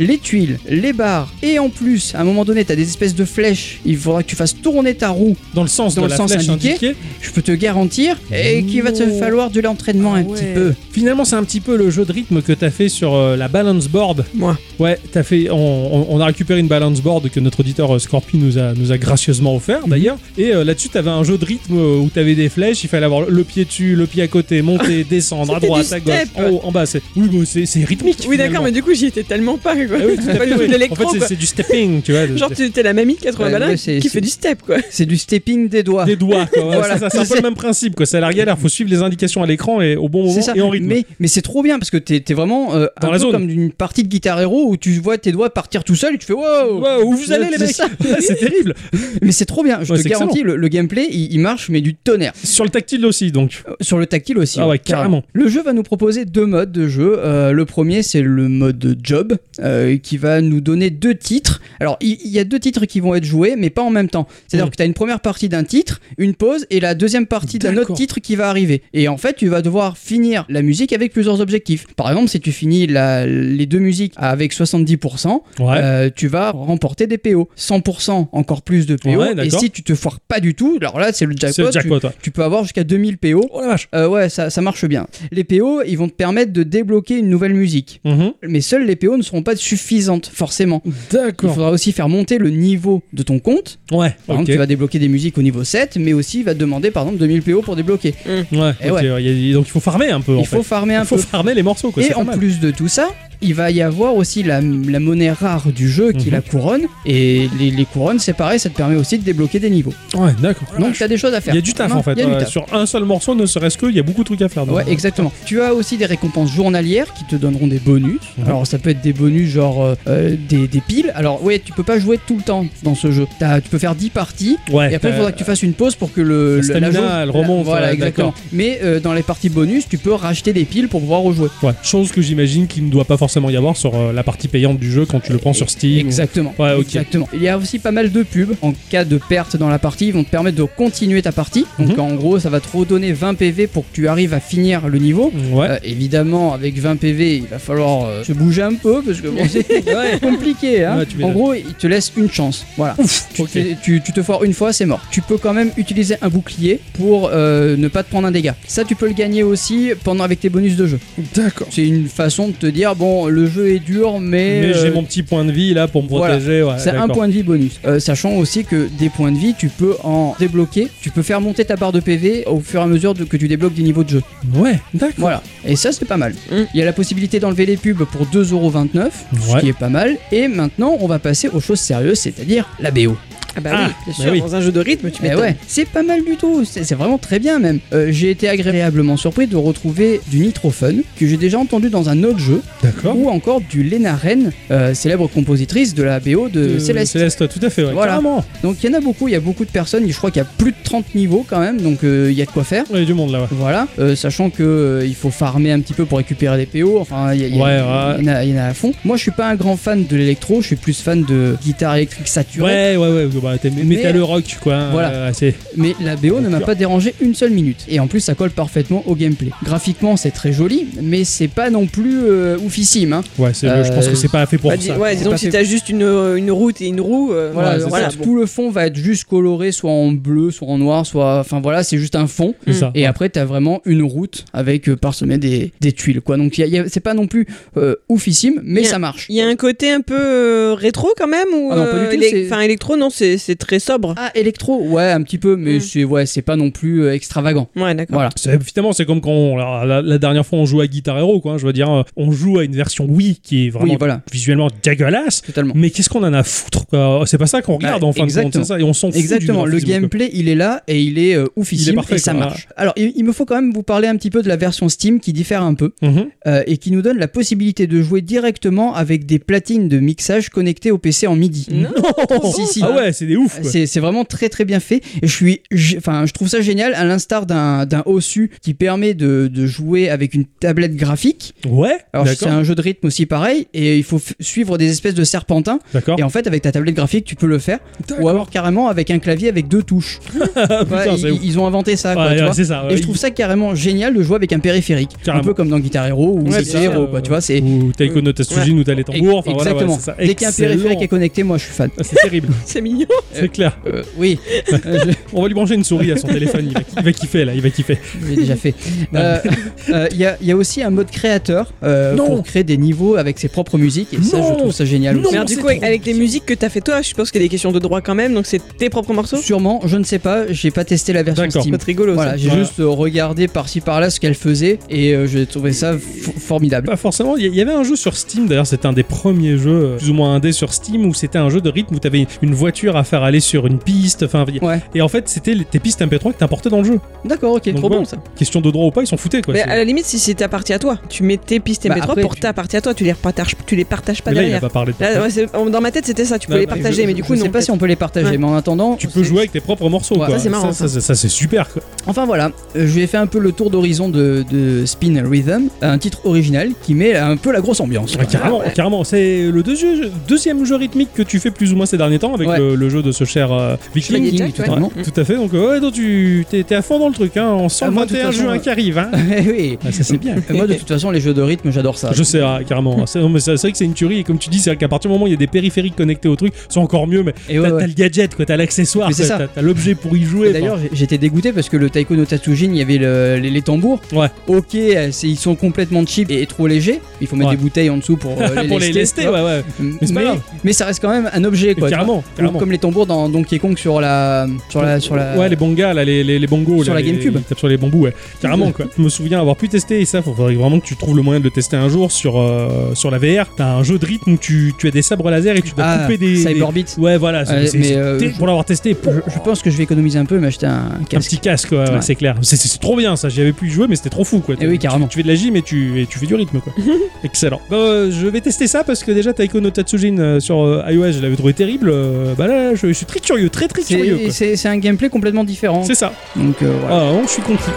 Les tuiles, les barres et en plus, à un moment donné, tu as des espèces de flèches. Il faudra que tu fasses tourner ta roue. Dans le sens Dans de le la sens flèche indiqué. indiquée. Je peux te garantir et qu'il va te Oh. falloir de l'entraînement Ah un ouais. petit peu. Finalement, c'est un petit peu le jeu de rythme que t'as fait sur euh, la balance board. Moi. Ouais, t'as fait. On, on- on a récupéré une balance board que notre auditeur euh, Scorpi nous a, nous a gracieusement offert d'ailleurs. Et euh, là-dessus, t'avais un jeu de rythme euh, où t'avais des flèches. Il fallait avoir le pied dessus, le pied à côté, monter, descendre, à C'était droite, du à gauche, step. en haut, en bas. C'est oui, bon, c'est c'est rythmique. Oui, d'accord, mais du coup, j'y étais tellement pas, quoi. Ah oui, tout à [LAUGHS] Pas fait, du tout oui. de En l'électro, fait, c'est- quoi. c'est du stepping, tu vois. de- Genre, de- tu- t'es la mamie de 80 Ouais, balles ouais, c'est- qui c'est- fait du step, quoi. C'est du stepping des doigts. des doigts, quoi. Ouais, Voilà, c'est ça, c'est un c'est- peu le même principe, quoi. C'est à la galère. Faut suivre les indications à l'écran et au bon moment C'est ça. et en rythme. Mais, mais c'est trop bien parce que t'es t'es vraiment euh, Dans un la peu zone. comme d'une partie de Guitar Hero où tu vois tes doigts partir tout seul et tu fais wow. Ouais, où vous allez, les C'est mecs ça. Oh, C'est terrible. Mais c'est trop bien. Je Ouais, te c'est garantis, le, le gameplay il, il marche mais du tonnerre. Sur le tactile aussi, donc. Euh, Sur le tactile aussi. Ah ouais, carrément. Le jeu va nous proposer deux modes de jeu. Euh, le premier c'est le mode job euh, qui va nous donner deux titres. Alors il il y, a deux titres qui vont être joués mais pas en même temps. C'est-à-dire Mm. que t'as une première partie d'un titre, une pause et la deuxième partie d'un autre D'accord. titre qui va arriver. Et en fait, tu vas devoir finir la musique avec plusieurs objectifs. Par exemple, si tu finis la- les deux musiques avec 70%, Ouais. euh, tu vas remporter des PO. 100% encore plus de PO. Ouais, et d'accord. si tu te foires pas du tout, alors là, c'est le jackpot. C'est le jackpot, ouais. Tu, tu peux avoir jusqu'à 2000 PO. Oh la vache. Euh, ouais, ça, ça marche bien. Les PO, ils vont te permettre de débloquer une nouvelle musique. Mhm. Mais seuls les PO ne seront pas suffisantes, forcément. Il D'accord. faudra aussi faire monter le niveau de ton compte. Ouais, Par ok. exemple, tu vas débloquer des musiques au niveau 7, mais aussi il va te demander par exemple 2000 PO pour débloquer. Ouais, Eh ok, ouais. il y a- donc il faut farmer un peu en il faut fait. farmer un il faut peu. farmer les morceaux quoi, et c'est pas en mal. plus de tout ça, il va y avoir aussi la, la monnaie rare du jeu qui est Mhm. la couronne. Et les, les couronnes, c'est pareil, ça te permet aussi de débloquer des niveaux. Ouais, d'accord. Donc tu as des choses à faire. il y a du taf Vraiment, en fait. Il y a Ouais, du taf. Sur un seul morceau, ne serait-ce que, il y a beaucoup de trucs à faire. donc. Ouais, exactement. Tu as aussi des récompenses journalières qui te donneront des bonus. Mhm. Alors, ça peut être des bonus genre euh, euh, des, des piles. Alors, ouais, tu peux pas jouer tout le temps dans ce jeu. T'as- tu peux faire 10 parties Ouais, Et après, il t'as- faudra que tu fasses une pause pour que le. La le- stamina, jauge- elle remonte, voilà, ouais, exactement. d'accord. Mais euh, dans les parties bonus, tu peux racheter des piles pour pouvoir rejouer. ouais, chose que j'imagine qu'il ne doit pas forcément y avoir sur euh, la partie payante du jeu quand tu le prends sur Steam. ou- Exactement. Ouais, ok. Exactement. Il y a aussi pas mal de pubs. En cas de perte dans la partie, ils vont te permettre de continuer ta partie. Donc Mhm. en gros, ça va te redonner 20 PV pour que tu arrives à finir le niveau. Ouais. Euh, évidemment, avec 20 PV, il va falloir euh, se bouger un peu parce que bon, c'est [LAUGHS] ouais, compliqué. hein. Ouais, tu en m'étonnes. gros, il te laisse une chance. Voilà. tu, ok. te- tu- tu te foires une fois, c'est mort. Tu peux quand même utiliser un bouclier pour euh, ne pas te prendre un dégât. Ça, tu peux le gagner aussi pendant avec tes bonus de jeu. D'accord. C'est une façon de te dire bon, le jeu est dur, mais, Mais j'ai euh, mon petit point de vie là pour me voilà. protéger. ouais, c'est un d'accord. point de vie bonus. Euh, sachant aussi que des points de vie, tu peux en débloquer. Tu peux faire monter ta barre de PV au fur et à mesure de- que tu débloques des niveaux de jeu. Ouais, d'accord. Voilà. Et ça, c'est pas mal. Mm. Il y a la possibilité d'enlever les pubs pour 2,29€, ce Ouais. qui est pas mal. Et maintenant, on va passer aux choses sérieuses, c'est-à-dire la BO. Ah bah Ah, oui, bien bah sûr, oui. dans un jeu de rythme, tu Mais m'étonnes. Eh ouais, c'est pas mal du tout. C'est c'est vraiment très bien, même. Euh, j'ai été agréablement surpris de retrouver du Nitro Fun, que j'ai déjà entendu dans un autre jeu, D'accord. ou encore du Lena Ren, euh, célèbre compositrice de la BO de Euh, Céleste. tout à fait, ouais. Voilà. Carrément. Donc il y en a beaucoup, il y a beaucoup de personnes, je crois qu'il y a plus de 30 niveaux quand même, donc euh, il y a de quoi faire. Ouais, du monde là, ouais. Voilà, Euh, sachant que euh, il faut farmer un petit peu pour récupérer des PO, enfin il y, a- il y a- Ouais, ouais. il y en a- il y en a à fond. Moi je suis pas un grand fan de l'électro, je suis plus fan de guitare électrique Ouais, saturée, ouais, ouais, bah, t'es Mais- métal rock, quoi. hein, Voilà. euh, c'est- mais la BO ne m'a pas dérangé une seule minute. Et en plus ça colle parfaitement au gameplay. Graphiquement c'est très joli, mais c'est pas non plus euh, oufissime. hein. Ouais, c'est- Euh, je pense que c'est pas fait pour Bah, dis- ça. ouais, c'est disons pas que si fait- t'as juste une, euh, une route et une roue, euh, Voilà, Ouais, c'est voilà, ça. bon. tout le fond va être juste coloré, soit en bleu, soit en noir, soit... Enfin voilà, c'est juste un fond. C'est Mm. ça. Et après, t'as vraiment une route avec euh, parsemée des, des tuiles, quoi. Donc, y a- y a- c'est pas non plus euh, oufissime, mais Y a- ça marche. Il y a un côté un peu euh, rétro quand même ou Ah non, pas du euh, tout, élec- c'est- enfin électro non c'est c'est très sobre. Ah, électro, ouais, un petit peu, mais Mm. c'est ouais, c'est pas non plus euh, extravagant. Ah. Ouais d'accord. Voilà. C'est- finalement, c'est comme quand on- la, la- la dernière fois on jouait à Guitar Hero, quoi. hein, Je veux dire, euh, on joue à une version Wii qui est vraiment Oui, voilà, visuellement dégueulasse. totalement. Mais qu'est-ce qu'on en a à foutre quoi Oh, C'est pas ça qu'on regarde Bah, en fin de compte, exactement. c'est ça. Et on s'en fout. du Exactement, le graphisme, quoi. gameplay, il est là et il est euh, oufissime Il est parfait, et ça quoi. marche. Alors, il, il me faut quand même vous parler un petit peu de la version Steam qui diffère un peu [LAUGHS] Mhm. euh, et qui nous donne la possibilité de jouer directement avec des platines de mixage connectées au PC en MIDI. Non. [LAUGHS] Oh, Si, si. ah ouais, c'est des ouf. Quoi. C'est c'est vraiment très très bien fait et je suis, je- enfin, je trouve ça génial à l'instar d'un d'un Osu qui permet de, de jouer avec une tablette graphique. Ouais, Alors c'est d'accord. un jeu de rythme aussi pareil et il faut f- suivre des espèces de serpentins D'accord. et en fait avec ta tablette graphique tu peux le faire ou alors carrément avec un clavier avec deux touches. [LAUGHS] Ah, Ouais, putain, c'est ils, ouf. ils ont inventé ça. quoi, Ouais, tu ouais, vois. c'est ça. et je trouve ça carrément génial de jouer avec un périphérique, Carrément. un peu comme dans Guitar Hero ou Ouais, CC bien sûr, Hero, quoi. ouais. Tu vois, c'est Ou Taiko no Tatsujin ou t'as les tambours. Enfin, voilà, ouais, exactement. c'est ça. Dès qu'un Excellent. périphérique est connecté, moi je suis fan. Ah, C'est terrible, C'est mignon. c'est clair. Euh, oui. Euh, je- [LAUGHS] On va lui brancher une souris à son téléphone, il va, il va kiffer là, il va kiffer. J'ai [LAUGHS] déjà fait. Euh, Il Ouais. y, a, y a aussi un mode créateur euh, Non. pour créer des niveaux avec ses propres musiques. Et ça, Non. je trouve ça génial Non. aussi. Mais alors, du c'est coup avec, trop avec les musiques que t'as fait toi, je pense qu'il y a des questions de droit quand même donc c'est tes propres morceaux. Sûrement, je ne sais pas, j'ai pas testé la version D'accord. Steam. C'est pas rigolo. Voilà, ça. j'ai Voilà. juste euh, regardé par-ci par-là ce qu'elle faisait et euh, j'ai trouvé ça fo- formidable. Pas forcément, il y- il y avait un jeu sur Steam, d'ailleurs c'était un des premiers jeux, euh, plus ou moins indé sur Steam, où c'était un jeu de rythme où t'avais une voiture à faire aller sur une piste, enfin, il y- Ouais, et en fait c'était les- tes pistes MP3 que t'importais dans le jeu. d'accord, ok. Donc, Trop voilà. bon ça. Question de droit ou pas, ils s'en foutaient quoi. Mais euh, c'est- à la limite si c'est ta partie à toi, tu mets tes pistes Bah, MP3 après, pour tu- ta partie à toi, tu les partages, tu les partages pas Mais là il a derrière. pas parlé de Là, ouais, c'est- dans ma tête c'était ça, tu peux Bah, les bah, partager Je- mais du coup je non. sais pas si on peut les partager, Ouais. mais en attendant, Tu peux c'est- jouer avec tes propres morceaux Ouais, quoi. ça, c'est marrant, Ça, ça, c'est super quoi. Enfin voilà, euh, je lui ai fait un peu le tour d'horizon de, de Spin Rhythm, un titre original qui met un peu la grosse ambiance. Ouais, carrément, carrément. C'est le deuxi- deuxième jeu rythmique que tu fais plus ou moins ces derniers temps avec Ouais. le, le jeu de ce cher euh, Viking. Chevalier King, Jack, ouais. Ouais, totalement. Tout à fait, donc euh, ouais, donc tu t'es t'es à fond dans le truc, hein. on sent Ah, le moi, de toute 21 façon, juin euh, qui arrive. Hein. [LAUGHS] Eh oui. Ah, ça c'est [LAUGHS] bien. Moi de toute façon les jeux de rythme j'adore ça. Je sais, ah, carrément. C'est non, mais c'est- c'est vrai que c'est une tuerie, et comme tu dis, c'est vrai qu'à partir du moment où il y a des périphériques connectés au truc, c'est encore mieux, mais Et t'as ouais, ouais. t'as le gadget, quoi, t'as l'accessoire, Mais c'est quoi, ça. t'as t'as l'objet pour y jouer. Et D'ailleurs, j'ai- j'étais dégoûté parce que le Taiko no Tatsujin, il y avait le- les, les tambours. Ouais. Ok, euh, c'est- ils sont complètement cheap et, et trop légers. Il faut mettre Ouais. des bouteilles en dessous pour, euh, enfin, [LAUGHS] les, pour lester, les lester, tu vois. ouais, ouais. Mais, Mais c'est pas grave. mais ça reste quand même un objet, quoi. tu vois. carrément, Comme- carrément. Comme les tambours dans Donkey Kong sur la, sur la, sur la. Ouais, les bongas, là, les, les, les bongos. Sur là, la les- GameCube. ils tapent sur les bambous, ouais. Carrément, quoi. Je me souviens avoir pu tester, et ça, il faudrait vraiment que tu trouves le moyen de le tester un jour sur, euh, sur la VR. T'as un jeu de rythme où tu, tu as des sabres laser et tu dois Ah, couper des. Cyberbeat. des- Ouais, voilà. c'est- Ouais, c'est- mais, c'est- euh, t'es- je- Pour l'avoir testé, Je, pour je pense que je vais économiser un peu et m'acheter un un casque. petit casque, ouais, ouais, Ouais. c'est clair. C'est- C'est c'est trop bien, ça. J'y avais pu y jouer, mais c'était trop fou, quoi. Eh oui, carrément. Tu fais de la gym et tu, et tu fais du rythme, [LAUGHS] quoi. Excellent. Bah, euh, je vais tester ça parce que déjà, Taiko no Tatsujin euh, sur euh, iOS, je l'avais trouvé terrible. Euh, bah là, je, je suis très curieux, très très curieux, C'est- quoi. C'est c'est un gameplay complètement différent. C'est ça. Donc euh, voilà. Ah, non, je suis conquis.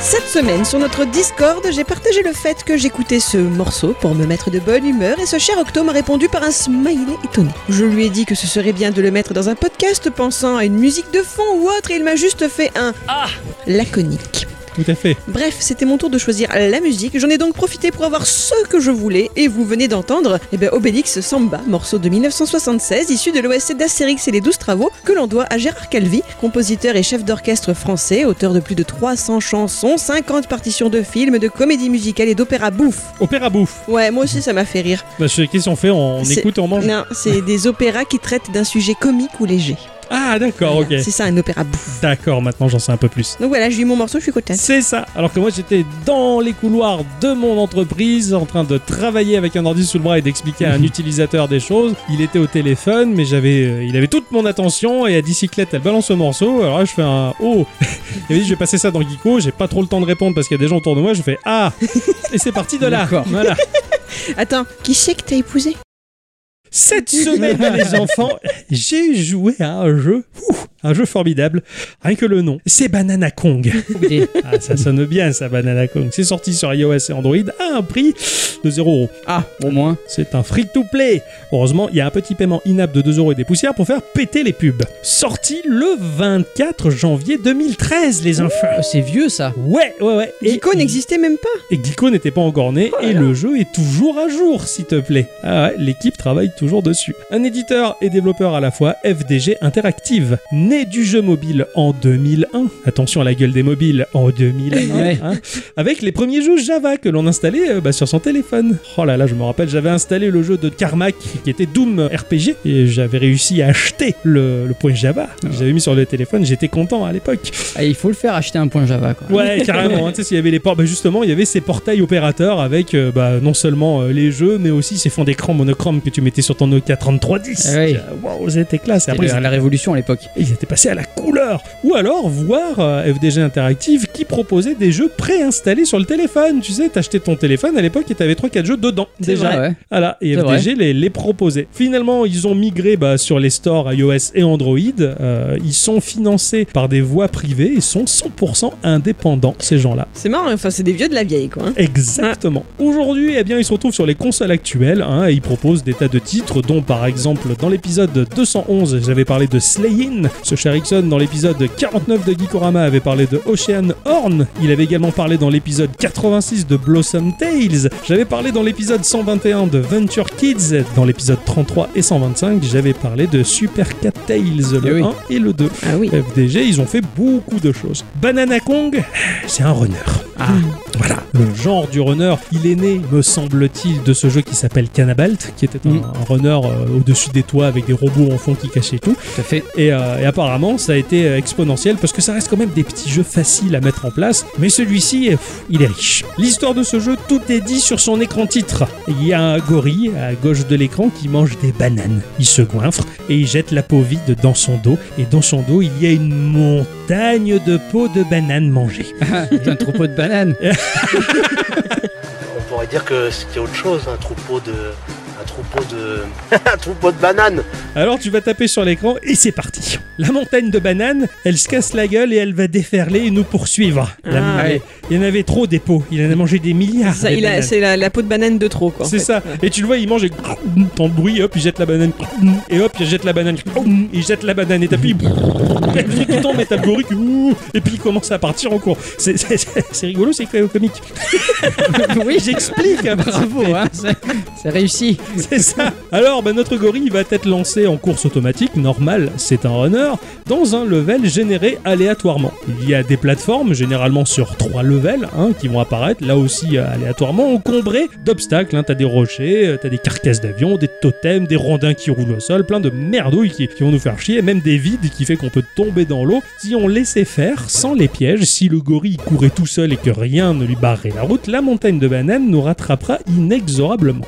Cette semaine, sur notre Discord, j'ai partagé le fait que j'écoutais ce morceau pour me mettre de bonne humeur et ce cher Octo m'a répondu par un smiley étonné. Je lui ai dit que ce serait bien de le mettre dans un podcast pensant à une musique de fond ou autre et il m'a juste fait un Ah laconique. Tout à fait. Bref, c'était mon tour de choisir la musique. J'en ai donc profité pour avoir ce que je voulais. Et vous venez d'entendre eh ben, Obélix Samba, morceau de 1976, issu de l'OSC d'Astérix et les Douze Travaux, que l'on doit à Gérard Calvi, compositeur et chef d'orchestre français, auteur de plus de 300 chansons, 50 partitions de films, de comédies musicales et d'opéra bouffe. Opéra bouffe. Ouais, moi aussi ça m'a fait rire. Bah, c'est- qu'est-ce qu'on fait On C'est- écoute et on mange Non, c'est des opéras qui traitent d'un sujet comique ou léger. Ah, d'accord, ok. C'est ça un opéra bouffe. D'accord, maintenant j'en sais un peu plus. Donc voilà, j'ai eu mon morceau, je suis contente. C'est ça. Alors que moi j'étais dans les couloirs de mon entreprise en train de travailler avec un ordi sous le bras et d'expliquer à un utilisateur des choses. Il était au téléphone, mais j'avais, euh, il avait toute mon attention et à bicyclette elle balance ce morceau. Alors là je fais un oh. [LAUGHS] Il m'a dit je vais passer ça dans Geeko. J'ai pas trop le temps de répondre parce qu'il y a des gens autour de moi. Je fais ah et c'est parti de là. D'accord. Voilà. Attends, qui c'est que t'as épousé Cette semaine, les enfants, j'ai joué à un jeu, ouh, un jeu formidable, rien que le nom. C'est Banana Kong. Ah, ça sonne bien, ça, Banana Kong. C'est sorti sur iOS et Android à un prix de 0 euros. Ah, au moins. C'est un free-to-play. Heureusement, il y a un petit paiement inap de 2 euros et des poussières pour faire péter les pubs. Sorti le 24 janvier 2013, les enfants. Ah, C'est vieux ça. Ouais, ouais, ouais. Et- Nico n'existait même pas. et Geeko n'était pas encore né et le jeu est toujours à jour, s'il te plaît. Ah ouais, l'équipe travaille toujours dessus. Un éditeur et développeur à la fois, FDG Interactive, né du jeu mobile en 2001. Attention à la gueule des mobiles en 2001. Ouais. hein, avec les premiers jeux Java que l'on installait euh, bah, sur son téléphone. Oh là là, je me rappelle, j'avais installé le jeu de Carmack qui était Doom RPG et j'avais réussi à acheter le, le point Java. J'avais mis sur le téléphone, j'étais content à l'époque. Ah, il faut le faire acheter un point Java quoi. Ouais, carrément. hein. tu sais, s'il y avait les ports, bah justement, il y avait ces portails opérateurs avec euh, bah, non seulement euh, les jeux, mais aussi ces fonds d'écran monochrome que tu mettais sur ton Nokia 3310. Ah oui. Waouh, c'était classe. Et C'était après, la, la révolution à l'époque. ils étaient passés à la couleur. Ou alors voir euh, FDG Interactive qui proposait des jeux préinstallés sur le téléphone. Tu sais, t'achetais ton téléphone à l'époque et t'avais 3-4 jeux dedans déjà. Ah ouais. Voilà, et C'est FDG les, les proposait. Finalement, ils ont migré bah, sur les stores iOS et Android. Euh, ils sont financés par des voies privées et sont 100% indépendants, ces gens-là. C'est marrant, enfin c'est des vieux de la vieille quoi. hein. Exactement. Aujourd'hui, eh bien, ils se retrouvent sur les consoles actuelles hein, et ils proposent des tas de titres, dont par exemple dans l'épisode 211, j'avais parlé de Slayin. Ce cher Ixon, dans l'épisode 49 de Geekorama, avait parlé de Ocean Horn. Il avait également parlé dans l'épisode 86 de Blossom Tales. J'avais parlé dans l'épisode 121 de Venture Kids. Dans l'épisode 33 et 125, j'avais parlé de Super Cat Tales, le Eh oui. 1 et le 2. Ah oui. FDG, ils ont fait beaucoup de choses. Banana Kong, c'est un runner. Hmm. Ah. Voilà, le genre du runner, il est né, me semble-t-il, de ce jeu qui s'appelle Cannabalt, qui était un, Mm. un runner euh, au-dessus des toits avec des robots en fond qui cachaient tout. Tout à fait. Et, euh, et apparemment, ça a été euh, exponentiel parce que ça reste quand même des petits jeux faciles à mettre en place. Mais celui-ci, euh, pff, il est riche. L'histoire de ce jeu, tout est dit sur son écran titre. Il y a un gorille à gauche de l'écran qui mange des bananes. Il se goinfre et il jette la peau vide dans son dos. Et dans son dos, il y a une montagne de peaux de bananes mangées. un troupeau de bananes. On pourrait dire que c'était autre chose, un troupeau de. Un troupeau de. [LAUGHS] un troupeau de bananes Alors tu vas taper sur l'écran et c'est parti. La montagne de bananes, elle se casse la gueule et elle va déferler et nous poursuivre. La- Ah. mais Il y en avait trop des pots, il en a mangé des milliards. Ça, des il a- bananes. c'est la, la peau de banane de trop quoi. en C'est fait. ça. Et tu le vois, il mange et tant le bruit, hop, il jette la banane, et hop, il jette la banane, il jette la banane, et t'as puis et puis qui tombe, et t'as le gorille qui- et puis il commence à partir en cours. C'est- C'est c'est rigolo, c'est comique. oui, [LAUGHS] J'explique. hein, parce que- [LAUGHS] Bravo, hein, c'est c'est réussi. [LAUGHS] C'est ça. Alors, bah, notre gorille va être lancé en course automatique, normal, c'est un runner, dans un level généré aléatoirement. Il y a des plateformes, généralement sur trois levels, hein, qui vont apparaître, là aussi euh, aléatoirement, encombrées d'obstacles. Hein. T'as des rochers, euh, t'as des carcasses d'avions, des totems, des rondins qui roulent au sol, plein de merdouilles qui, qui vont nous faire chier, même des vides qui fait qu'on peut tomber dans l'eau si on laissait faire sans les pièges. Si le gorille courait tout seul et que rien ne lui barrait la route, la montagne de bananes nous rattrapera inexorablement.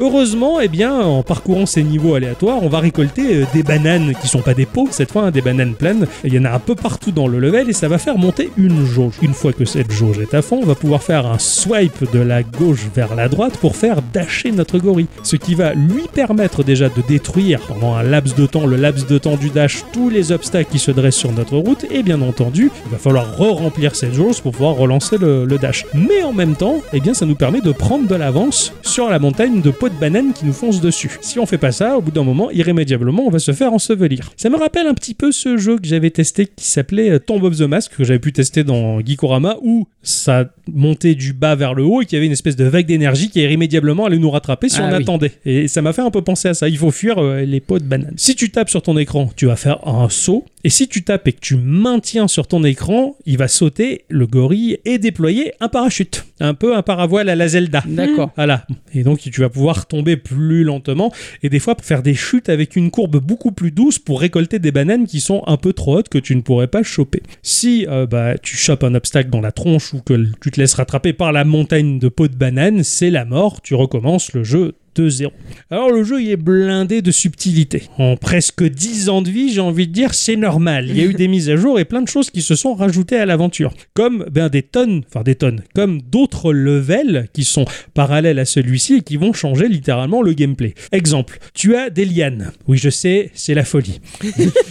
Heureusement, notamment, eh bien, en parcourant ces niveaux aléatoires, on va récolter euh, des bananes qui sont pas des pots cette fois, hein, des bananes pleines. Il y en a un peu partout dans le level et ça va faire monter une jauge. Une fois que cette jauge est à fond, on va pouvoir faire un swipe de la gauche vers la droite pour faire dasher notre gorille. Ce qui va lui permettre déjà de détruire pendant un laps de temps, le laps de temps du dash, tous les obstacles qui se dressent sur notre route et bien entendu, il va falloir re-remplir cette jauge pour pouvoir relancer le, le dash. Mais en même temps, eh bien, ça nous permet de prendre de l'avance sur la montagne de pots de bananes qui nous foncent dessus. Si on fait pas ça, au bout d'un moment, irrémédiablement, on va se faire ensevelir. Ça me rappelle un petit peu ce jeu que j'avais testé qui s'appelait euh, Tomb of the Mask, que j'avais pu tester dans Geekorama, où ça montait du bas vers le haut et qu'il y avait une espèce de vague d'énergie qui irrémédiablement allait nous rattraper si Ah on oui. attendait. Et ça m'a fait un peu penser à ça. Il faut fuir euh, les pots de bananes. Si tu tapes sur ton écran, tu vas faire un saut. Et si tu tapes et que tu maintiens sur ton écran, il va sauter, le gorille, et déployer un parachute. Un peu un paravoile à la Zelda. [LAUGHS] D'accord. Voilà. Et donc, tu vas pouvoir tomber plus lentement et des fois faire des chutes avec une courbe beaucoup plus douce pour récolter des bananes qui sont un peu trop hautes que tu ne pourrais pas choper. Si euh, bah, tu chopes un obstacle dans la tronche ou que l- tu te laisses rattraper par la montagne de pots de bananes, c'est la mort. Tu recommences le jeu. de zéro. Alors le jeu il est blindé de subtilité. En presque 10 ans de vie, j'ai envie de dire c'est normal. Il y a eu des mises à jour et plein de choses qui se sont rajoutées à l'aventure. Comme ben, des tonnes, enfin des tonnes, comme d'autres levels qui sont parallèles à celui-ci et qui vont changer littéralement le gameplay. Exemple, tu as des lianes. Oui, je sais, c'est la folie. [LAUGHS]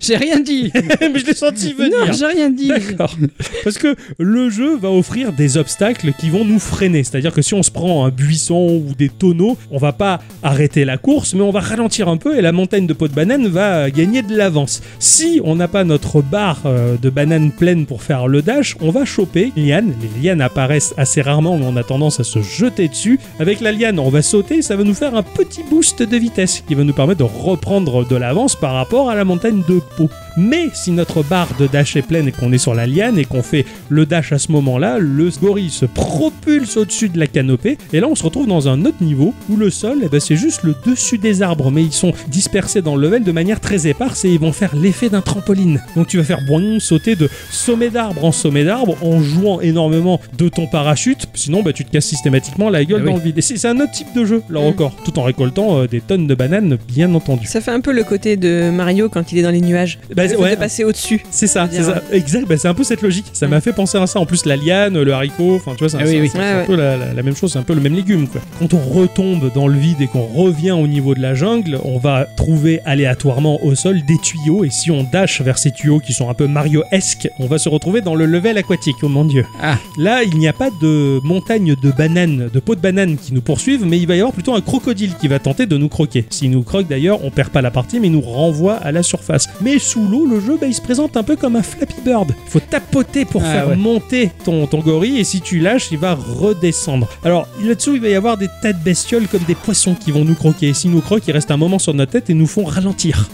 J'ai rien dit. Mais je l'ai senti venir. non, j'ai rien dit. D'accord. Parce que le jeu va offrir des obstacles qui vont nous freiner. C'est-à-dire que si on se prend un buisson ou des tonneaux, on va pas arrêter la course, mais on va ralentir un peu et la montagne de pots de banane va gagner de l'avance. Si on n'a pas notre barre euh, de banane pleine pour faire le dash, on va choper une liane. Les lianes apparaissent assez rarement, mais on a tendance à se jeter dessus. Avec la liane, on va sauter, ça va nous faire un petit boost de vitesse qui va nous permettre de reprendre de l'avance par rapport à la montagne de peau. Mais si notre barre de dash est pleine et qu'on est sur la liane et qu'on fait le dash à ce moment-là, le gorille se propulse au-dessus de la canopée et là on se retrouve dans un autre niveau où le sol, eh ben, c'est juste le dessus des arbres mais ils sont dispersés dans le level de manière très éparse et ils vont faire l'effet d'un trampoline. Donc tu vas faire boing, sauter de sommet d'arbre en sommet d'arbre en jouant énormément de ton parachute, sinon bah, tu te casses systématiquement la gueule Ah oui. dans le vide. Et c'est c'est un autre type de jeu là Mm. encore, tout en récoltant euh, des tonnes de bananes bien entendu. Ça fait un peu le côté de Mario quand il est dans les nuages. Bah, Le fait ouais. de passer au-dessus. C'est ça, Je c'est veux ça. dire, Exact, bah, c'est un peu cette logique. Ça m'a fait penser à ça. En plus, la liane, le haricot, enfin, tu vois, c'est un, Ah oui, c'est- oui. c'est Ouais, un ouais. peu la, la- la même chose, c'est un peu le même légume, quoi. Quand on retombe dans le vide et qu'on revient au niveau de la jungle, on va trouver aléatoirement au sol des tuyaux. Et si on dash vers ces tuyaux qui sont un peu Mario-esque, on va se retrouver dans le level aquatique. Oh mon dieu. Ah. Là, il n'y a pas de montagne de bananes, de pots de bananes qui nous poursuivent, mais il va y avoir plutôt un crocodile qui va tenter de nous croquer. S'il nous croque d'ailleurs, on perd pas la partie, mais il nous renvoie à la surface. Mais sous l'eau, le jeu, bah, il se présente un peu comme un Flappy Bird. Faut tapoter pour Ah, faire ouais. monter ton, ton gorille, et si tu lâches, il va redescendre. Alors, là-dessous, il va y avoir des tas de bestioles comme des poissons qui vont nous croquer. S'ils nous croquent, ils restent un moment sur notre tête et nous font ralentir.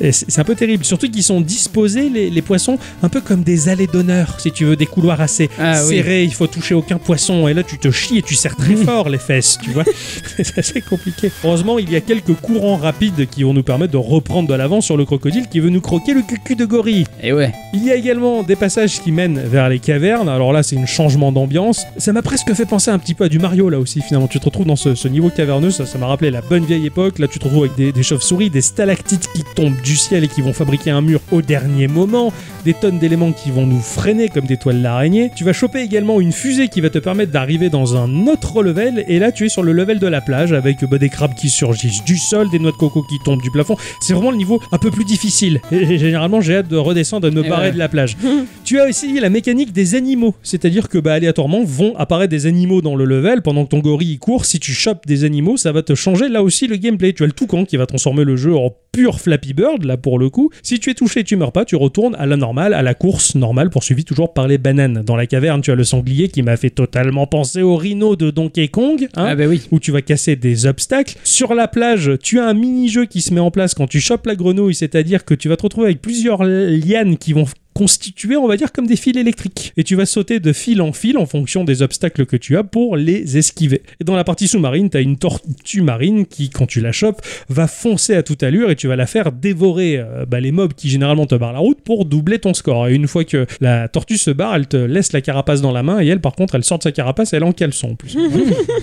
Et C'est c'est un peu terrible, surtout qu'ils sont disposés, les, les poissons, un peu comme des allées d'honneur, si tu veux, des couloirs assez Ah oui. serrés, il faut toucher aucun poisson, et là tu te chies et tu serres [LAUGHS] très fort les fesses, tu vois. [LAUGHS] C'est assez compliqué. Heureusement, il y a quelques courants rapides qui vont nous permettre de reprendre de l'avant sur le crocodile qui veut nous croquer le cucu de gorille. Et Eh ouais. Il y a également des passages qui mènent vers les cavernes. Alors là, c'est un changement d'ambiance. Ça m'a presque fait penser un petit peu à du Mario là aussi. Finalement, tu te retrouves dans ce, ce niveau caverneux. Ça, ça m'a rappelé la bonne vieille époque. Là, tu te retrouves avec des, des chauves-souris, des stalactites qui tombent du ciel et qui vont fabriquer un mur au dernier moment. Des tonnes d'éléments qui vont nous freiner comme des toiles d'araignée. Tu vas choper également une fusée qui va te permettre d'arriver dans un autre level. Et là, tu es sur le level de la plage avec bah, des crabes qui surgissent du sol, des noix de coco qui tombent du plafond. C'est vraiment le niveau un peu plus difficile. [LAUGHS] Et généralement, j'ai hâte de redescendre et de me Et barrer ouais. de la plage. tu as aussi la mécanique des animaux, c'est-à-dire que bah, aléatoirement vont apparaître des animaux dans le level pendant que ton gorille y court. Si tu chopes des animaux, ça va te changer là aussi le gameplay. Tu as le toucan qui va transformer le jeu en pur Flappy Bird, là pour le coup. Si tu es touché, tu meurs pas, tu retournes à la normale, à la course normale, poursuivie toujours par les bananes. Dans la caverne, tu as le sanglier qui m'a fait totalement penser au rhino de Donkey Kong. hein ah bah oui. où tu vas casser des obstacles. Sur la plage, tu as un mini-jeu qui se met en place quand tu chopes la grenouille, c'est-à-dire que tu vas te retrouver avec plusieurs lianes qui vont constitués, on va dire, comme des fils électriques. Et tu vas sauter de fil en fil en fonction des obstacles que tu as pour les esquiver. Et dans la partie sous-marine, tu as une tortue marine qui, quand tu la chopes, va foncer à toute allure et tu vas la faire dévorer euh, bah, les mobs qui généralement te barrent la route pour doubler ton score. Et une fois que la tortue se barre, elle te laisse la carapace dans la main et elle, par contre, elle sort de sa carapace et elle en caleçon en plus.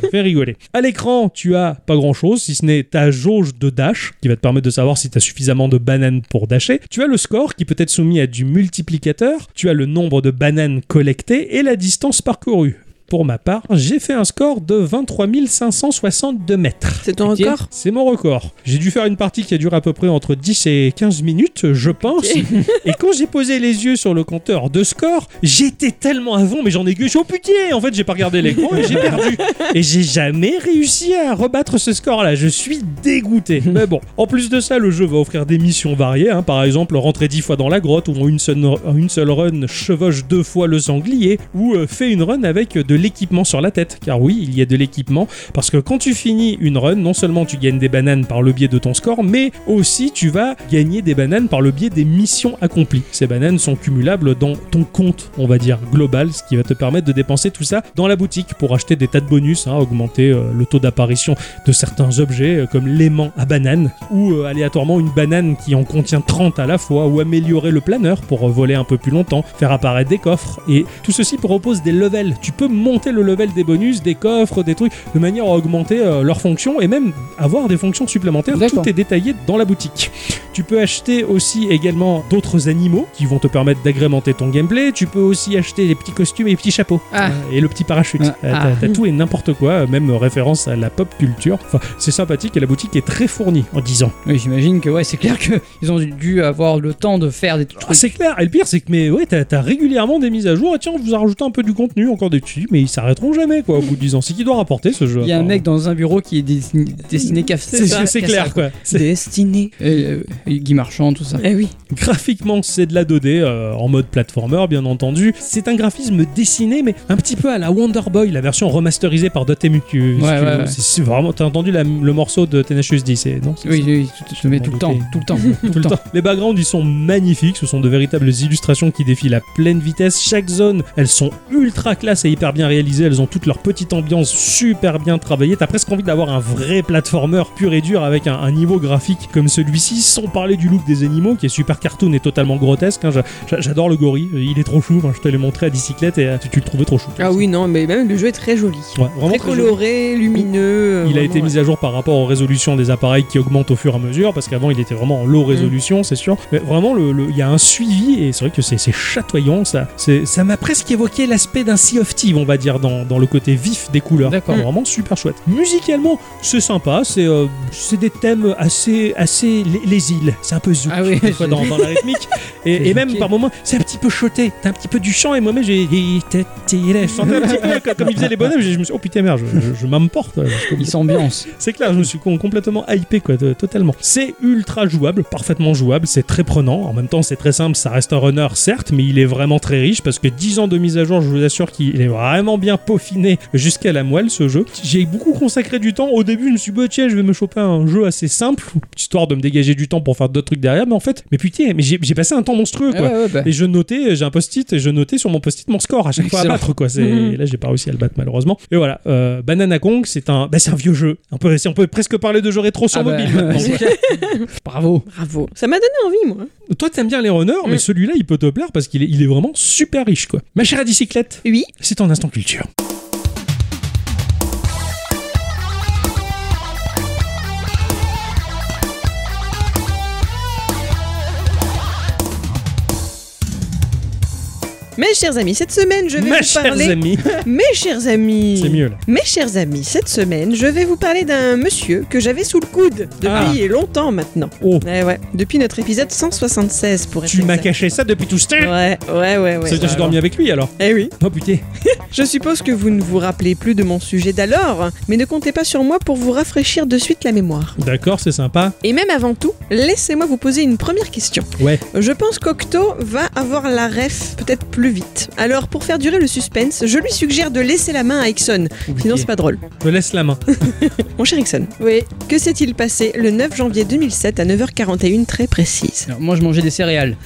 Fait rigoler. À l'écran, tu as pas grand chose, si ce n'est ta jauge de dash qui va te permettre de savoir si tu as suffisamment de bananes pour dasher. Tu as le score qui peut être soumis à du multiplicateur. Tu as le nombre de bananes collectées et la distance parcourue. Pour ma part, j'ai fait un score de 23 562 mètres. C'est ton Pitié. record C'est mon record. J'ai dû faire une partie qui a duré à peu près entre 10 et 15 minutes, je pense. Ok. et quand j'ai posé les yeux sur le compteur de score, j'étais tellement avant, mais j'en ai gueulé. Je suis, Oh putain En fait, j'ai pas regardé l'écran et j'ai perdu. Et j'ai jamais réussi à rebattre ce score-là. Je suis dégoûté. Mais bon, en plus de ça, le jeu va offrir des missions variées. hein. Par exemple, rentrer 10 fois dans la grotte, ou en une seule, une seule run, chevauche deux fois le sanglier, ou euh, fais une run avec de l'équipement sur la tête. Car oui, il y a de l'équipement. Parce que quand tu finis une run, non seulement tu gagnes des bananes par le biais de ton score, mais aussi tu vas gagner des bananes par le biais des missions accomplies. Ces bananes sont cumulables dans ton compte, on va dire, global, ce qui va te permettre de dépenser tout ça dans la boutique pour acheter des tas de bonus, hein, augmenter euh, le taux d'apparition de certains objets, euh, comme l'aimant à banane, ou euh, aléatoirement une banane qui en contient 30 à la fois, ou améliorer le planeur pour euh, voler un peu plus longtemps, faire apparaître des coffres, et tout ceci propose des levels. Tu peux monter le level des bonus, des coffres, des trucs, de manière à augmenter euh, leurs fonctions et même avoir des fonctions supplémentaires. D'accord. Tout est détaillé dans la boutique. Tu peux acheter aussi également d'autres animaux qui vont te permettre d'agrémenter ton gameplay. Tu peux aussi acheter les petits costumes et les petits chapeaux. Ah. Euh, Et le petit parachute. Ah. Euh, t'as- T'as tout et n'importe quoi, euh, même référence à la pop culture. Enfin, c'est sympathique et la boutique est très fournie en 10 ans. Oui, j'imagine que ouais, c'est clair qu'ils ont dû avoir le temps de faire des Ah, trucs. c'est clair, et le pire, c'est que mais ouais, t'as t'as régulièrement des mises à jour. Et tiens, on vous a rajouté un peu du contenu, encore des petits, mais ils s'arrêteront jamais quoi au bout de 10 ans. C'est qui doit rapporter ce jeu Il y a un apparemment. mec dans un bureau qui est destiné, destiné qu'à C'est qu'à- c'est qu'à ça, clair quoi. C'est- Ah Destiné. Et, euh, et Guy Marchand, tout ça. Eh oui. Graphiquement, c'est de la 2D euh, en mode platformer, bien entendu. C'est un graphisme dessiné, mais un petit peu à la Wonder Boy, la version remasterisée par Dotemu. Tu- Ouais, tu- ouais, ouais. c'est- C'est vraiment. T'as entendu la- le morceau de Tenacious D, c'est non c'est Oui, ça oui, tout, tout- mais tout le temps, tout le temps, tout [LAUGHS] le temps. Les backgrounds, ils sont magnifiques. Ce sont de véritables illustrations qui défilent à pleine vitesse. Chaque zone, elles sont ultra classe et hyper bien réalisées. Elles ont toute leur petite ambiance super bien travaillée. T'as presque envie d'avoir un vrai platformer pur et dur avec un, un niveau graphique comme celui-ci, sans parler du look des animaux qui est super cartoon et totalement grotesque. hein. J'a- j'a- J'adore le gorille. Il est trop chou. Enfin, je te l'ai montré à bicyclette et euh, tu, tu le trouvais trop chou. Ah oui, non, mais même le jeu est très joli. Ouais, vraiment Très très joli. coloré, lumineux. euh, Il a vraiment, été mis à jour par rapport aux résolutions des appareils qui augmentent au fur et à mesure, parce qu'avant il était vraiment en low résolution, c'est sûr. Mais vraiment, le- le- il y a un suivi, et c'est vrai que c'est c'est chatoyant, ça. C'est- Ça m'a presque évoqué l'aspect d'un Sea of Thieves, on va dire, dans, dans le côté vif des couleurs. D'accord. Enfin, Vraiment super chouette. Musicalement, c'est sympa, c'est euh, c'est des thèmes assez. assez les, les îles, c'est un peu zouk, Ah oui, des fois, [LAUGHS] j'ai- dans, dans la rythmique. Et, J'ai et même zouké. par moments, c'est un petit peu choté, t'as un petit peu du chant, et moi-même j'ai. Je sentais un petit peu comme- comme ils faisaient les bonhommes, je me suis dit, oh putain merde, je, je- je m'emporte. Je- Il s'ambiance. c'est clair, je me suis con- complètement hypé, quoi, t- totalement. C'est ultra jouable, parfaitement jouable, c'est très prenant. En même temps, c'est très simple, ça reste un runner, certes, mais il est vraiment très riche parce que 10 ans de mise à jour, je vous assure qu'il est vraiment bien peaufiné jusqu'à la moelle, ce jeu. J'ai beaucoup consacré du temps. Au début, je me suis dit, bah, tiens, je vais me choper un jeu assez simple, histoire de me dégager du temps pour faire d'autres trucs derrière, mais en fait, mais putain, mais j'ai j'ai passé un temps monstrueux, Ah quoi. ouais, ouais, bah. Et je notais, j'ai un post-it, et je notais sur mon post-it mon score à chaque fois à Excellent. battre. Quoi. C'est- Mhm. Et là, j'ai pas réussi à le battre, malheureusement. Et voilà, euh, Banana Kong, c'est un, bah, c'est un vieux jeu. On peut, on peut presque parler de jeu rétro sur Ah bah, mobile. [LAUGHS] maintenant, c'est quoi. clair. Bravo. Bravo. Ça m'a donné envie, moi. Toi, t'aimes bien les runners, mais Mm. celui-là, il peut te plaire parce qu'il est, il est vraiment super riche. Quoi. Ma chère à bicyclette, Oui. c'est ton instant culture. Mes chers amis, cette semaine, je vais Ma vous chère parler. amie, Mes chers amis. c'est mieux là. Mes chers amis, cette semaine, je vais vous parler d'un monsieur que j'avais sous le coude depuis longtemps maintenant. Ah. Oh, Ouais, ouais. Depuis notre épisode 176, pour être tu m'as exact. caché ça depuis tout ce temps. Ouais, ouais, ouais, Ça ouais. veut dire que j'ai dormi avec lui alors. Eh oui. Oh putain. Je suppose que vous ne vous rappelez plus de mon sujet d'alors, mais ne comptez pas sur moi pour vous rafraîchir de suite la mémoire. D'accord, c'est sympa. Et même avant tout, laissez-moi vous poser une première question. Ouais. Je pense qu'Octo va avoir la ref, peut-être plus plus vite. Alors, pour faire durer le suspense, je lui suggère de laisser la main à Exxon. Sinon, c'est pas drôle. Je laisse la main. [LAUGHS] Mon cher Exxon, Oui. que s'est-il passé le 9 janvier 2007 à 9h41 très précise Alors, moi, je mangeais des céréales.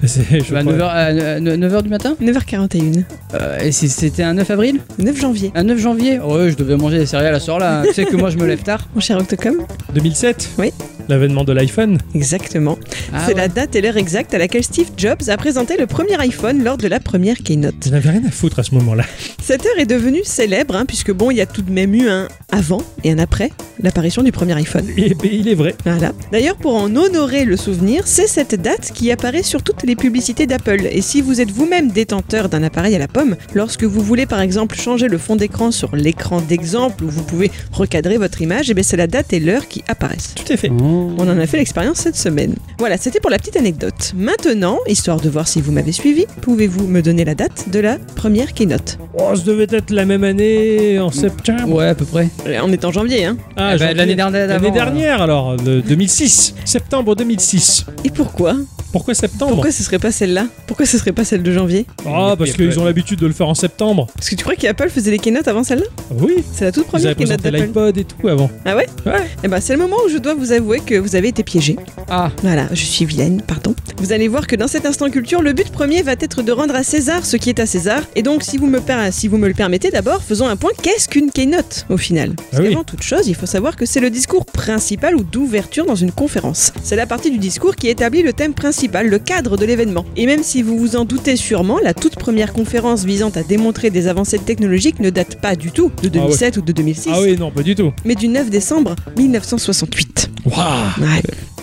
Bah, C'est- je Bah, à crois- 9h, du matin 9h41, Euh, Et c'est- c'était un 9 avril le 9 janvier. Un 9 janvier Oh Ouais, je devais manger des céréales à ce heure-là. hein. tu sais que moi, je me [LAUGHS] lève tard. Mon cher Octocom 2007 Oui. L'avènement de l'iPhone Exactement. Ah c'est ouais. la date et l'heure exacte à laquelle Steve Jobs a présenté le premier iPhone lors de la première keynote. Je n'avais rien à foutre à ce moment-là. [LAUGHS] Cette heure est devenue célèbre, hein, puisque bon, il y a tout de même eu un avant et un après l'apparition du premier iPhone. Et ben, il est vrai. Voilà. D'ailleurs, pour en honorer le souvenir, c'est cette date qui apparaît sur toutes les publicités d'Apple. Et si vous êtes vous-même détenteur d'un appareil à la pomme, lorsque vous voulez par exemple changer le fond d'écran sur l'écran d'exemple où vous pouvez recadrer votre image, eh bien, c'est la date et l'heure qui apparaissent. Tout à fait. On en a fait l'expérience cette semaine. Voilà, c'était pour la petite anecdote. Maintenant, histoire de voir si vous m'avez suivi, pouvez-vous me donner la date de la première keynote Oh, ça devait être la même année, en septembre. Ouais, à peu près. Euh, On est en janvier, hein Ah, Eh ben, janvier. l'année dernière L'année d'avant, dernière, alors, de 2006. Septembre 2006. Et pourquoi Pourquoi septembre Pourquoi ce serait pas celle-là Pourquoi ce serait pas celle de janvier Ah, parce qu'ils ont l'habitude de le faire en septembre. Parce que tu crois qu'Apple faisait les keynotes avant celle-là Oui. C'est la toute Ils première avaient keynote présenté d'Apple. l'iPod et tout avant. Ah ouais Ouais. Eh ben c'est le moment où je dois vous avouer que vous avez été piégé. Ah, Voilà, je suis vilaine, pardon. Vous allez voir que dans cet instant culture, le but premier va être de rendre à César ce qui est à César. Et donc si vous me, per- si vous me le permettez d'abord, faisons un point, qu'est-ce qu'une keynote au final Parce Ah oui. qu'avant toute chose, il faut savoir que c'est le discours principal ou d'ouverture dans une conférence. C'est la partie du discours qui établit le thème principal, le cadre de l'événement. Et même si vous vous en doutez sûrement, la toute première conférence visant à démontrer des avancées technologiques ne date pas du tout de Ah ouais. 2007 ou de 2006, Ah oui, non, pas du tout. mais du 9 décembre 1968. Waouh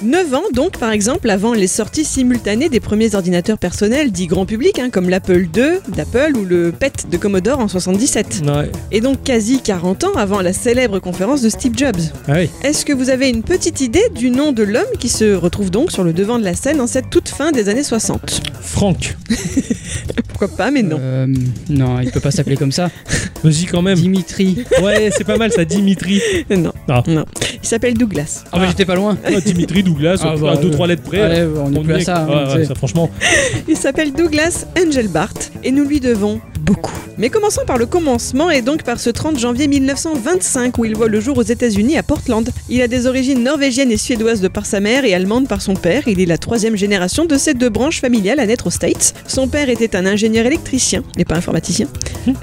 9 ans donc par exemple avant les sorties simultanées des premiers ordinateurs personnels dits grand public hein, comme l'Apple II d'Apple ou le PET de Commodore en 77 Ouais. et donc quasi 40 ans avant la célèbre conférence de Steve Jobs. Ah oui. Est-ce que vous avez une petite idée du nom de l'homme qui se retrouve donc sur le devant de la scène en cette toute fin des années 60 Franck. Pourquoi pas mais non. euh, non, il peut pas s'appeler [LAUGHS] comme ça. Vas-y quand même. Dimitri. Ouais, c'est pas mal ça, [LAUGHS] Dimitri. non. Ah. Non. Il s'appelle Douglas. Ah, bah, j'étais pas loin. Ah, Dimitri Douglas, Ah, à bah, deux, euh, trois lettres près. Allez, on est on plus y à est, ça. quoi. hein, Ouais, tu ouais, sais. ça, franchement. Il s'appelle Douglas Engelbart et nous lui devons beaucoup. Mais commençons par le commencement et donc par ce 30 janvier 1925 où il voit le jour aux États-Unis à Portland. Il a des origines norvégiennes et suédoises de par sa mère et allemandes par son père. Il est la troisième génération de ces deux branches familiales à naître aux States. Son père était un ingénieur électricien, et pas informaticien,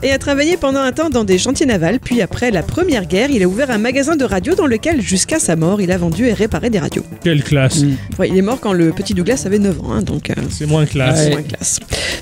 et a travaillé pendant un temps dans des chantiers navals. Puis après la Première Guerre, il a ouvert un magasin de radio dans lequel, jusqu'à sa mort, il a vendu et réparé des radios. Quelle classe. Mm. Ouais, il est mort quand le petit Douglas avait 9 ans, hein, donc... euh, C'est moins classe. Ouais. moins classe.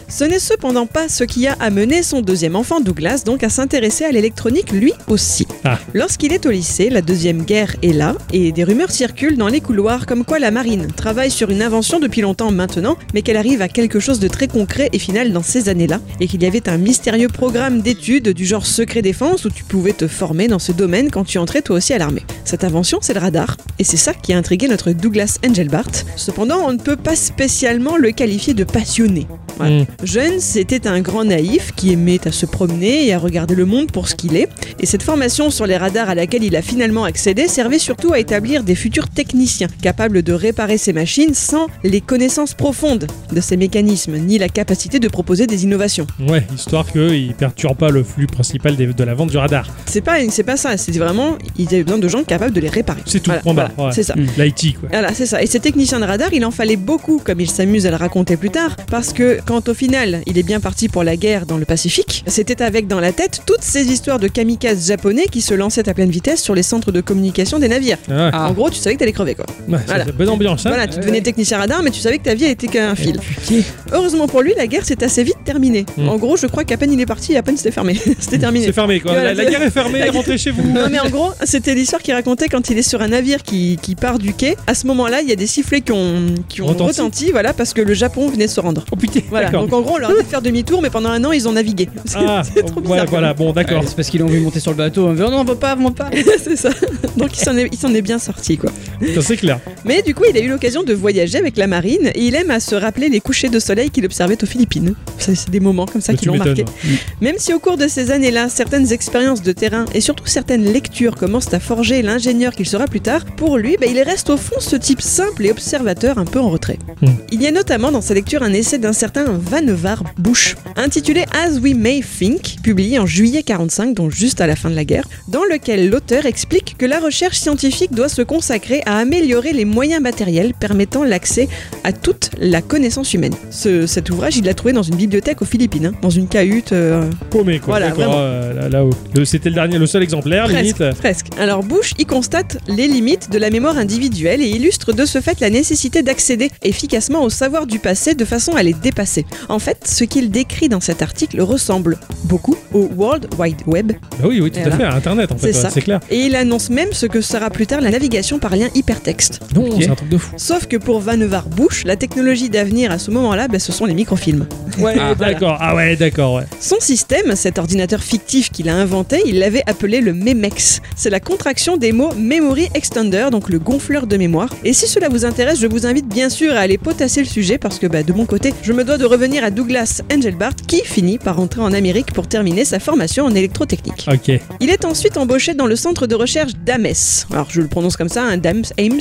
Ce n'est cependant pas ce qui a amené son deuxième enfant, Douglas, donc à s'intéresser à l'électronique lui aussi. Ah. Lorsqu'il est au lycée, la deuxième guerre est là et des rumeurs circulent dans les couloirs comme quoi la marine travaille sur une invention depuis longtemps maintenant, mais qu'elle arrive à quelque chose de très concret et final dans ces années-là, et qu'il y avait un mystérieux programme d'études du genre secret défense où tu pouvais te former dans ce domaine quand tu entrais toi aussi à l'armée. Cette invention, c'est le radar, et c'est ça qui a intrigué notre Douglas Engelbart. Cependant, on ne peut pas spécialement le qualifier de passionné. Voilà. Mm. Jeune, c'était un grand naïf qui aimait à se promener et à regarder le monde pour ce qu'il est. Et cette formation sur les radars à laquelle il a finalement accédé servait surtout à établir des futurs techniciens capables de réparer ces machines sans les connaissances profondes de ces mécanismes ni la capacité de proposer des innovations. Mm. Ouais, histoire qu'il perturbe pas le flux principal des- de la vente du radar. C'est pas, c'est pas ça, c'est vraiment, il avait besoin de gens capables de les réparer. C'est tout, Voilà, point barre, voilà, ouais. C'est ça. L'IT, quoi. Voilà, c'est ça. Et ces techniciens de radar, il en fallait beaucoup, comme il s'amuse à le raconter plus tard, parce que quand au final, il est bien parti pour la guerre dans le Pacifique, c'était avec dans la tête toutes ces histoires de kamikazes japonais qui se lançaient à pleine vitesse sur les centres de communication des navires. Ah, Ah. En gros, tu savais que t'allais crever, quoi. ouais, ça- voilà. ça- bonne ambiance, hein. Voilà, tu devenais ouais. technicien radar, mais tu savais que ta vie était qu'un fil. Piqué. Heureusement pour lui, la guerre s'est assez vite terminée. Mm. Hmm. En gros, je crois qu'à peine il est parti, et à peine c'était fermé. [LAUGHS] c'était terminé. C'est fermé, quoi. Voilà, la, la c'est- guerre est fermée, la- rentrez chez vous. Non mais en gros, c'était l'histoire qu'il racontait quand il est sur un navire qui, qui part du quai. À ce moment-là, il y a des sifflets qui ont, qui ont Retenti. retenti. voilà, parce que le Japon venait de se rendre. Oh putain, Voilà. d'accord. Donc en gros, on leur a dit de faire demi-tour, mais pendant un an, ils ont navigué. C'est [LAUGHS] Ah, c'est trop bizarre. ouais, voilà, bon, d'accord. Ouais, c'est parce qu'il a envie de monter sur le bateau. hein. Non, on va pas, on va pas. c'est ça. Donc il s'en est, il s'en est bien sorti, quoi. Ça, c'est clair. Mais du coup, il a eu l'occasion de voyager avec la marine et il aime à se rappeler les couchers de soleil qu'il observait aux Philippines. Ça, C'est des moments comme ça Mais qui tu l'ont marqué. m'étonnes. Même si au cours de ces années-là, certaines expériences de terrain et surtout certaines lectures commencent à forger l'ingénieur qu'il sera plus tard, pour lui, bah, il reste au fond ce type simple et observateur un peu en retrait. Hmm. Il y a notamment dans sa lecture un essai d'un certain Vannevar Bush, intitulé As We May Think, publié en juillet 45, donc juste à la fin de la guerre, dans lequel l'auteur explique que la recherche scientifique doit se consacrer à améliorer les moyens matériels permettant l'accès à toute la connaissance humaine. Ce- cet ouvrage, il l'a trouvé dans une bibliothèque aux Philippines, hein, dans une cahute euh, Paumé, quoi. Voilà, D'accord, vraiment. euh, là- là-haut. Le- C'était le dernier, le seul exemplaire, Presque, Ah, limite. Bah presque. Alors Bush y constate les limites de la mémoire individuelle et illustre de ce fait la nécessité d'accéder efficacement aux savoirs du passé de façon à les dépasser. En fait, ce qu'il décrit dans cet article ressemble beaucoup au World Wide Web Bah oui, oui, tout Et à voilà. fait. à Internet, en fait, C'est ouais, ça. c'est clair. et il annonce même ce que sera plus tard la navigation par lien hypertexte. [LAUGHS] Non, c'est un truc de fou. Sauf que pour Vannevar Bush, la technologie d'avenir à ce moment-là, bah, ce sont les microfilms. Ouais, bah, d'accord. Ah ouais, d'accord, ouais. Son système, cet ordinateur fictif qu'il a inventé, il l'avait appelé le MEMEX. C'est la contraction des mots Memory Extender, donc le gonfleur de mémoire. Et si cela vous intéresse, je vous invite bien sûr à aller potasser le sujet parce que bah, de mon côté, je me dois de revenir à Douglas Engelbart qui finit par rentrer en Amérique pour terminer sa formation en électrotechnique. Ok. Il est ensuite embauché dans le centre de recherche d'Ames. Alors je le prononce comme ça, un d'Ames, Ames,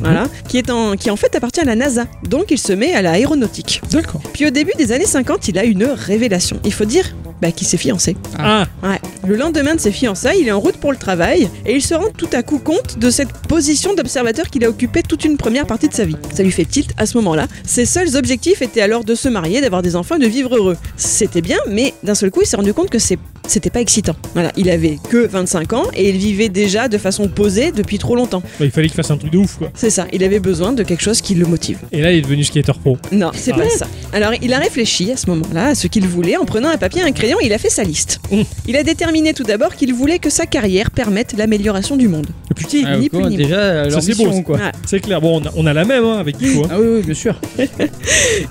voilà, qui est en, qui en fait appartient à la NASA. Donc il se met à l'aéronautique. D'accord. Puis au début des années 50, il a une révélation. Il faut dire bah, qu'il s'est fiancé. Ah, Ouais. Le lendemain de ses fiançailles, il est en route pour le travail et il se rend tout à coup compte de cette position d'observateur qu'il a occupée toute une première partie de sa vie. Ça lui fait tilt à ce moment-là. Ses seuls objectifs étaient alors de se marier, d'avoir des enfants et de vivre heureux. C'était bien, mais d'un seul coup, il s'est rendu compte que c'est c'était pas excitant. Voilà, il avait que 25 ans et il vivait déjà de façon posée depuis trop longtemps. bah, il fallait qu'il fasse un truc de ouf, quoi. C'est ça, il avait besoin de quelque chose qui le motive. Et là, il est devenu skater pro. Non, c'est Ah. pas ça. Alors, il a réfléchi à ce moment-là à ce qu'il voulait en prenant un papier et un crayon, il a fait sa liste. Mm. Il a déterminé tout d'abord qu'il voulait que sa carrière permette l'amélioration du monde. Putain, Ah, ni quoi, plus ni déjà, Ça, c'est beau, l'ambition, ça. quoi. Ouais. c'est clair. Bon, on a, on a la même, hein, avec Guy, quoi. Ah oui, oui, bien sûr.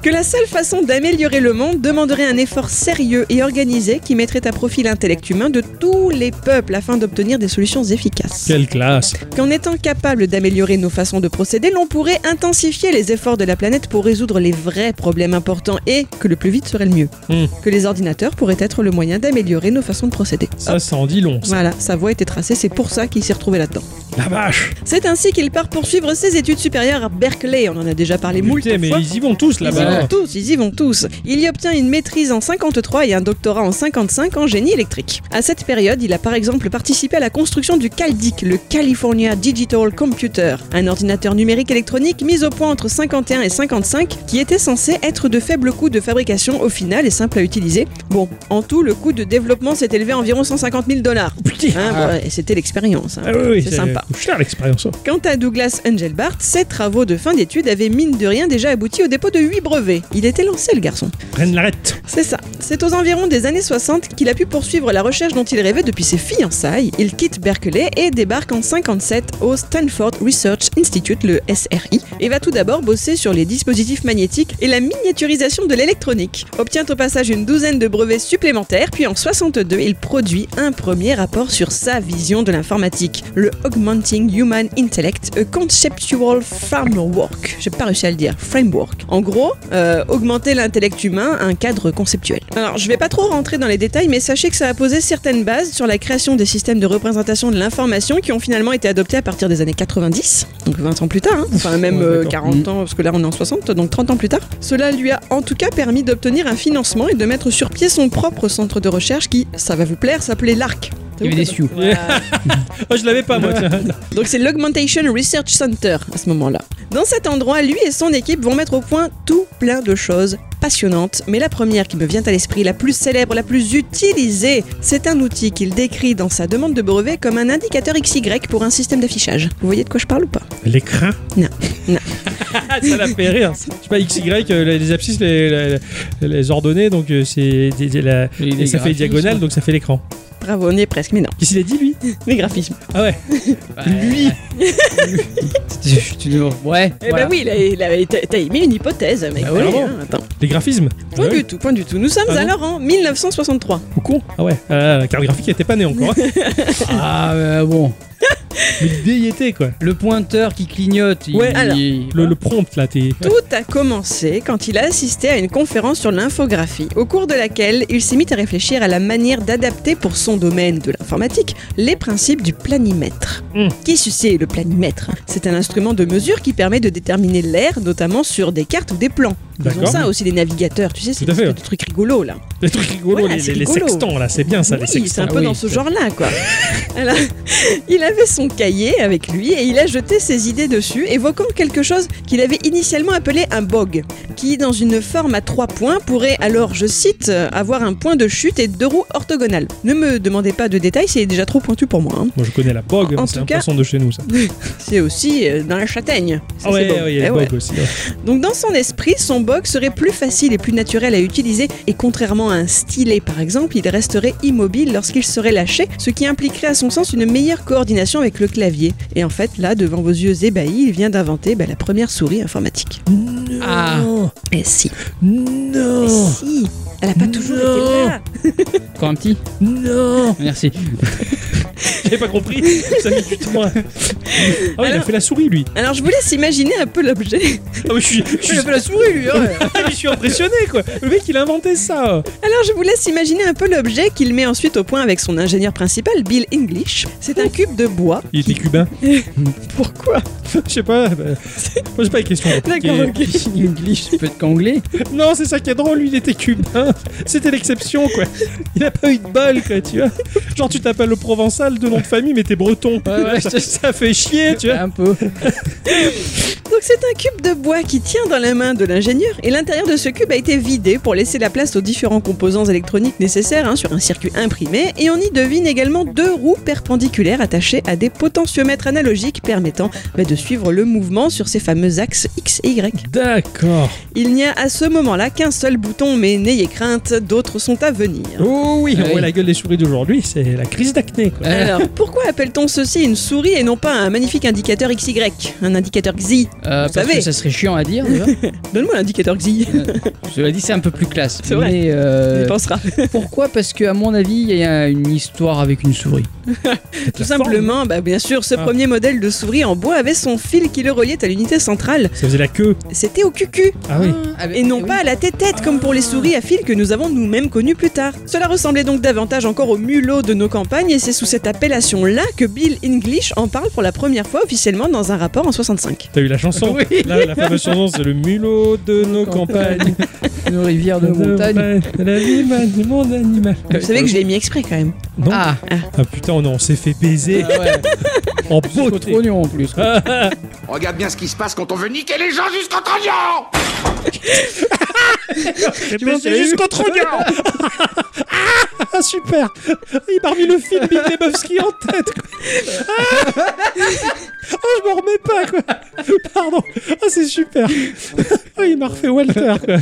Que la seule façon d'améliorer le monde demanderait un effort sérieux et organisé qui mettrait à profit l'intellect humain de tous les peuples afin d'obtenir des solutions efficaces. Quelle classe. Qu'en étant capable d'améliorer nos façons de procéder, l'on pourrait intensifier les efforts de la planète pour résoudre les vrais problèmes importants et que le plus vite serait le mieux. Mm. Que les ordinateurs pourraient être le moyen d'améliorer nos façons de procéder. Ça, ça en dit long. ça. Voilà, sa voie était tracée, c'est pour ça qu'il s'est retrouvé là-dedans. La vache. C'est ainsi qu'il part poursuivre ses études supérieures à Berkeley, on en a déjà parlé moult Putain, mais fois. ils y vont tous, Ils y là-bas. Ah, vont tous, ils y vont tous. Il y obtient une maîtrise en 53 et un doctorat en 55 en génie électrique. À cette période, il a par exemple participé à la construction du CALDIC, le California Digital Computer, un ordinateur numérique électronique mis au point entre 51 et 55 qui était censé être de faible coût de fabrication au final et simple à utiliser. Bon, en tout, le coût de développement s'est élevé à environ 150 000 dollars. Hein, Ah. ouais, c'était l'expérience. hein. Ah oui, oui, c'est sympa. Cher l'expérience. hein. Quant à Douglas Engelbart, ses travaux de fin d'études avaient mine de rien déjà abouti au dépôt de 8 brevets. Il était lancé, le garçon. Reine l'arrête. C'est ça. C'est aux environs des années 60 qu'il a pu poursuivre la recherche dont il rêvait depuis ses fiançailles. Il quitte Berkeley et débarque en 57 au Stanford Research Institute, le SRI, et va tout d'abord bosser sur les dispositifs magnétiques et la miniaturisation de l'électronique. Obtient au passage une douzaine de brevets supplémentaires, puis en 62, il produit un premier rapport sur sa vision de l'informatique, le Augmenting Human Intellect, a Conceptual Framework. J'ai pas réussi à le dire, framework. En gros, euh, augmenter l'intellect humain à un cadre conceptuel. Alors, je vais pas trop rentrer dans les détails, mais sachez que ça a posé certaines bases sur la création des systèmes de représentation de l'information qui ont finalement été adoptés à partir des années 90, donc 20 ans plus tard, hein. enfin même Ouais, euh, d'accord. Mm. 40 ans, parce que là on est en 60, donc 30 ans plus tard. Cela lui a en tout cas permis d'obtenir un financement et de mettre sur pied son propre centre de recherche qui, ça va vous plaire, s'appelait l'ARC. Il y avait des sioux. Oh, je l'avais pas, moi. tiens. [LAUGHS] Donc c'est l'Augmentation Research Center à ce moment-là. Dans cet endroit, lui et son équipe vont mettre au point tout plein de choses passionnantes, mais la première qui me vient à l'esprit, la plus célèbre, la plus utilisée, c'est un outil qu'il décrit dans sa demande de brevet comme un indicateur XY pour un système d'affichage. Vous voyez de quoi je parle ou pas L'écran Non, non. [LAUGHS] ça l'a fait rire. Je sais pas, XY, euh, les les abscisses, les, les- les ordonnées, donc euh, c'est des- des- la- Et et les ça fait graphismes. diagonale, donc ça fait l'écran. Bravo, on y est presque, mais non. [LAUGHS] Qu'est-ce qu'il a dit, lui Les graphismes. Ah ouais Bah, Lui Tu- tu nous- Ouais. Eh ben oui, il a- il a- t'as- t'as émis une hypothèse, mec. Bah oui, Allez, bravo. hein, attends. Les graphismes Ah Point Ouais. du tout, point du tout. Nous sommes Ah bon alors en 1963. Ah, [LAUGHS] Ou con Ah ouais, euh, la carte graphique n'était pas née encore. Ah, bah, bon. hein. Mais l'idée y était, quoi. Le pointeur qui clignote. il- Ouais, alors. il- Le, le prompt, là, t'es. Tout a commencé quand il a assisté à une conférence sur l'infographie, au cours de laquelle il s'est mis à réfléchir à la manière d'adapter pour son domaine de l'informatique les principes du planimètre. Mm. Qui suçait le planimètre C'est un instrument de mesure qui permet de déterminer l'air, notamment sur des cartes ou des plans. Ils ont D'accord. ça aussi les navigateurs, tu sais, c'est Tout à fait. des trucs rigolos là. Les trucs rigolos, Voilà, les, c'est les rigolo. sextants, là, c'est bien ça, les Oui, c'est sextants. Ah un peu oui, dans ce c'est- genre-là, quoi. [LAUGHS] Alors, il avait son cahier avec lui et il a jeté ses idées dessus, évoquant quelque chose qu'il avait initialement appelé un bog, qui, dans une forme à trois points, pourrait alors, je cite, euh, avoir un point de chute et deux roues orthogonales. Ne me demandez pas de détails, c'est déjà trop pointu pour moi. hein. Moi, je connais la bog, En mais tout c'est un cas- poisson de chez nous, ça. C'est aussi euh, dans la châtaigne. Ça, Ah ouais, c'est bon. ouais, il y a Eh la ouais. bog aussi. ouais. Donc dans son esprit, son bog serait plus facile et plus naturel à utiliser et contrairement à un stylet par exemple, il resterait immobile lorsqu'il serait lâché, ce qui impliquerait à son sens une meilleure coordination avec le clavier. Et en fait, là, devant vos yeux ébahis, il vient d'inventer bah, la première souris informatique. Ah, Eh si, eh Non si, elle a pas toujours été là. encore un petit Non Merci. J'ai pas compris, ça met du temps. Ah ouais, il a Alors- fait la souris, lui. Alors je vous laisse imaginer un peu l'objet. [LAUGHS] Ah, mais je suis, je suis- Ah, la souris, lui [LAUGHS] je suis impressionné, quoi. Le mec, il a inventé ça. Alors je vous laisse imaginer un peu l'objet qu'il met ensuite au point avec son ingénieur principal, Bill English. C'est un cube de bois. Il était cubain. Pourquoi Je sais pas. bah, Moi, j'ai pas les questions. D'accord, ok. [LAUGHS] English, peut-être qu'anglais. Non, c'est ça qui est drôle, lui, il était cubain. C'était l'exception, quoi. Il a pas eu de balle, quoi, tu vois. Genre, tu t'appelles le provençal de nom de famille, mais t'es breton. Ouais, ouais, je te- ça fait chier, tu vois. [LAUGHS] Un peu. Donc c'est un cube de bois qui tient dans la main de l'ingénieur et l'intérieur de ce cube a été vidé pour laisser la place aux différents composants électroniques nécessaires hein, sur un circuit imprimé et on y devine également deux roues perpendiculaires attachées à des potentiomètres analogiques permettant bah, de suivre le mouvement sur ces fameux axes X et Y. Ah, D'accord. Il n'y a à ce moment-là qu'un seul bouton mais n'ayez crainte, d'autres sont à venir. Oh oui, on Oui. voit la gueule des souris d'aujourd'hui, c'est la crise d'acné, quoi. Euh, Alors, pourquoi appelle-t-on ceci une souris et non pas un magnifique indicateur XY Un indicateur XY euh, Vous parce savez. que ça serait chiant à dire, déjà. [LAUGHS] Donne-moi l'indicateur XY, Cela dit, c'est un peu plus classe. C'est vrai. Mais il euh, pensera. pourquoi Parce que à mon avis, il y a une histoire avec une souris. Tout simplement, bah, bien sûr, ce Ah. premier modèle de souris en bois avait son fil qui le reliait à l'unité centrale. Ça faisait la queue. C'était au cucu, Ah oui. Ah. et non pas à la tête-tête, comme pour les souris à fil que nous avons nous-mêmes connues plus tard. Cela ressemblait donc davantage encore au mulot de nos campagnes, et c'est sous cette appellation-là que Bill English en parle pour la première fois officiellement dans un rapport en 65. T'as eu la chanson Oui. Là, la fameuse chanson, c'est le mulot de nos campagnes. Une rivière de montagne. L'animal de mon animal. Vous savez que je l'ai mis exprès quand même. Non. Ah, Ah, putain, on, on s'est fait baiser ah ouais. en C'est beauté. trop Ah en plus. quoi. Regarde bien ce qui se passe quand on veut niquer les gens jusqu'au trognon Tu m'en fais jusqu'au trognon [LAUGHS] Ah, super Il m'a remis le film Big Lebowski en tête quoi. Ah Oh, je m'en remets pas, quoi Pardon Ah, c'est super Ah, il m'a refait Walter, quoi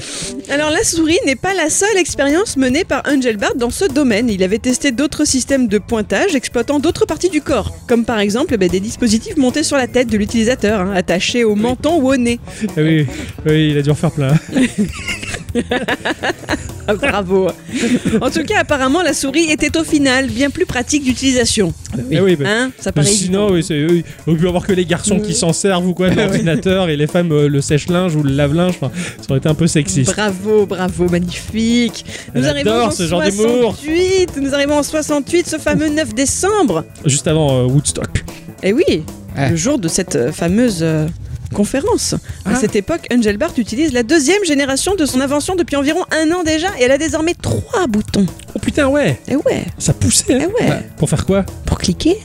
Alors la souris n'est pas la seule expérience menée par Engelbart dans ce domaine. Il avait testé d'autres systèmes de pointage exploitant d'autres parties du corps, comme par exemple ben, des dispositifs montés sur la tête de l'utilisateur, hein, attachés au menton ou au nez. Ah oui, oui, il a dû en faire plein. [LAUGHS] Ah, bravo En tout cas, apparemment, la souris était au final bien plus pratique d'utilisation. Ah oui, bah, Hein Ça mais paraît sinon, évident. oui, c'est, oui, on peut avoir que les garçons Euh. qui s'en servent ou [LAUGHS] Ah quoi, de l'ordinateur, et les femmes euh, le sèche-linge ou le lave-linge, enfin, ça aurait été un peu sexiste. Bravo, bravo, magnifique. Nous Elle arrivons adore en ce genre d'humour. 68. Nous arrivons en 68, ce fameux 9 décembre. Juste avant euh, Woodstock. Eh oui, Ah. le jour de cette euh, fameuse euh, conférence. À Ah. cette époque, Engelbart utilise la deuxième génération de son invention depuis environ un an déjà et elle a désormais trois boutons. Oh putain, ouais Eh ouais, Ça poussait, hein. eh ouais. Pour faire quoi Pour cliquer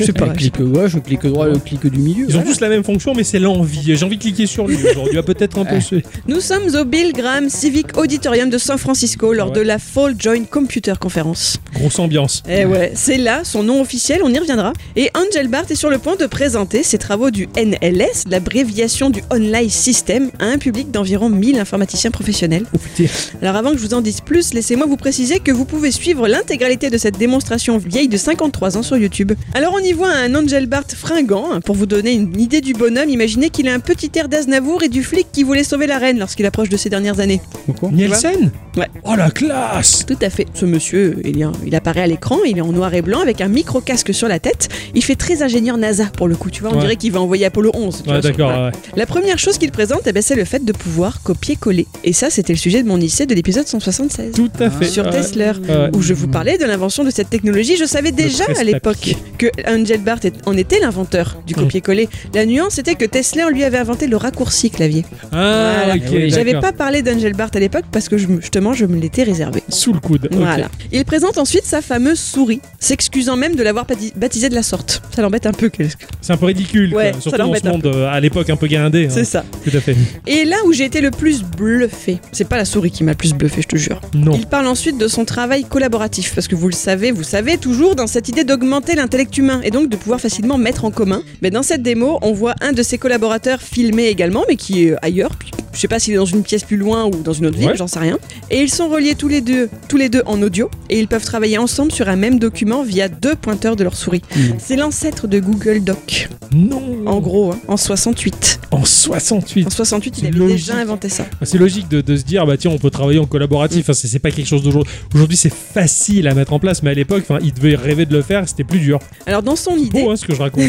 Je sais pas. Le clic gauche, le clic droit, le clic du milieu. hein. Ils ont tous la même fonction, mais c'est l'envie. J'ai envie de cliquer sur lui aujourd'hui. Ah, peut-être un peu. Ouais. ce- Nous sommes au Bill Graham Civic Auditorium de San Francisco lors Ouais. de la Fall Joint Computer Conference. Grosse ambiance. Eh ouais, c'est là son nom officiel, on y reviendra. Et Angel Bart est sur le point de présenter ses travaux du NLS, l'abréviation du Online System, à un public d'environ 1000 informaticiens professionnels. Oh putain. Alors avant que je vous en dise plus, laissez-moi vous préciser que vous pouvez suivre l'intégralité de cette démonstration vieille de 53 ans sur YouTube. Alors on y voit un Angel Bart fringant. Pour vous donner une idée du bonhomme, imaginez qu'il a un petit air d'Aznavour et du flic qui voulait sauver la reine lorsqu'il approche de ses dernières années. Pourquoi Nielsen Ouais. Oh la classe Tout à fait. Ce monsieur, il, est en- il apparaît à l'écran, il est en noir et blanc avec un micro-casque sur la tête. Il fait très ingénieur NASA pour le coup, tu vois. On Ouais. dirait qu'il va envoyer Apollo 11. tu Ouais, vois, sur- d'accord. voilà. ouais. La première chose qu'il présente, eh ben, c'est le fait de pouvoir copier-coller. Et ça, c'était le sujet de mon lycée de l'épisode 176. Tout à fait. Sur Ouais. Tesla, Ouais. où je vous parlais de l'invention de cette technologie, je savais déjà à presse-papier. Mm. l'époque que Angel Bart est- en était l'inventeur du copier-coller. La nuance était que Tesla, on lui avait inventé le raccourci clavier. Ah, Voilà. ok. Oui, J'avais d'accord. pas parlé d'Angel Bart à l'époque parce que je me- justement, je me l'étais réservé. Sous le coude. ok. Voilà. Il présente ensuite sa fameuse souris, s'excusant même de l'avoir bati- baptisée de la sorte. Ça l'embête un peu, qu'est-ce que- C'est un peu ridicule, quoi. Ouais, ça surtout en l'embête ce monde euh, à l'époque un peu guindé. hein. c'est ça. Tout à fait. Et là où j'ai été le plus bluffé, c'est pas la souris qui m'a le plus bluffé, je te jure. Non. Il parle ensuite de son travail collaboratif, parce que vous le savez, vous savez, toujours dans cette idée d'augmenter l'intellect humain et donc de pouvoir facilement mettre en commun. Mais dans cette démo, on voit un de ses collaborateurs filmé également, mais qui est ailleurs. Puis, je sais pas s'il est dans une pièce plus loin ou dans une autre ville, Ouais. j'en sais rien. Et ils sont reliés tous les deux, tous les deux en audio, et ils peuvent travailler ensemble sur un même document via deux pointeurs de leur souris. Mmh. Hmm. C'est l'ancêtre de Google Doc, Non. en gros, hein, en 68. En En 68. 68, il C'est avait logique. déjà inventé ça. C'est logique de, de se dire, bah tiens, on peut travailler en collaboratif. Enfin, c'est c'est pas quelque chose d'aujourd'hui. Aujourd'hui, c'est facile à mettre en place, mais à l'époque, enfin, il devait rêver de le faire, c'était plus dur. Alors dans son idée, Beau, hein, ce que je raconte.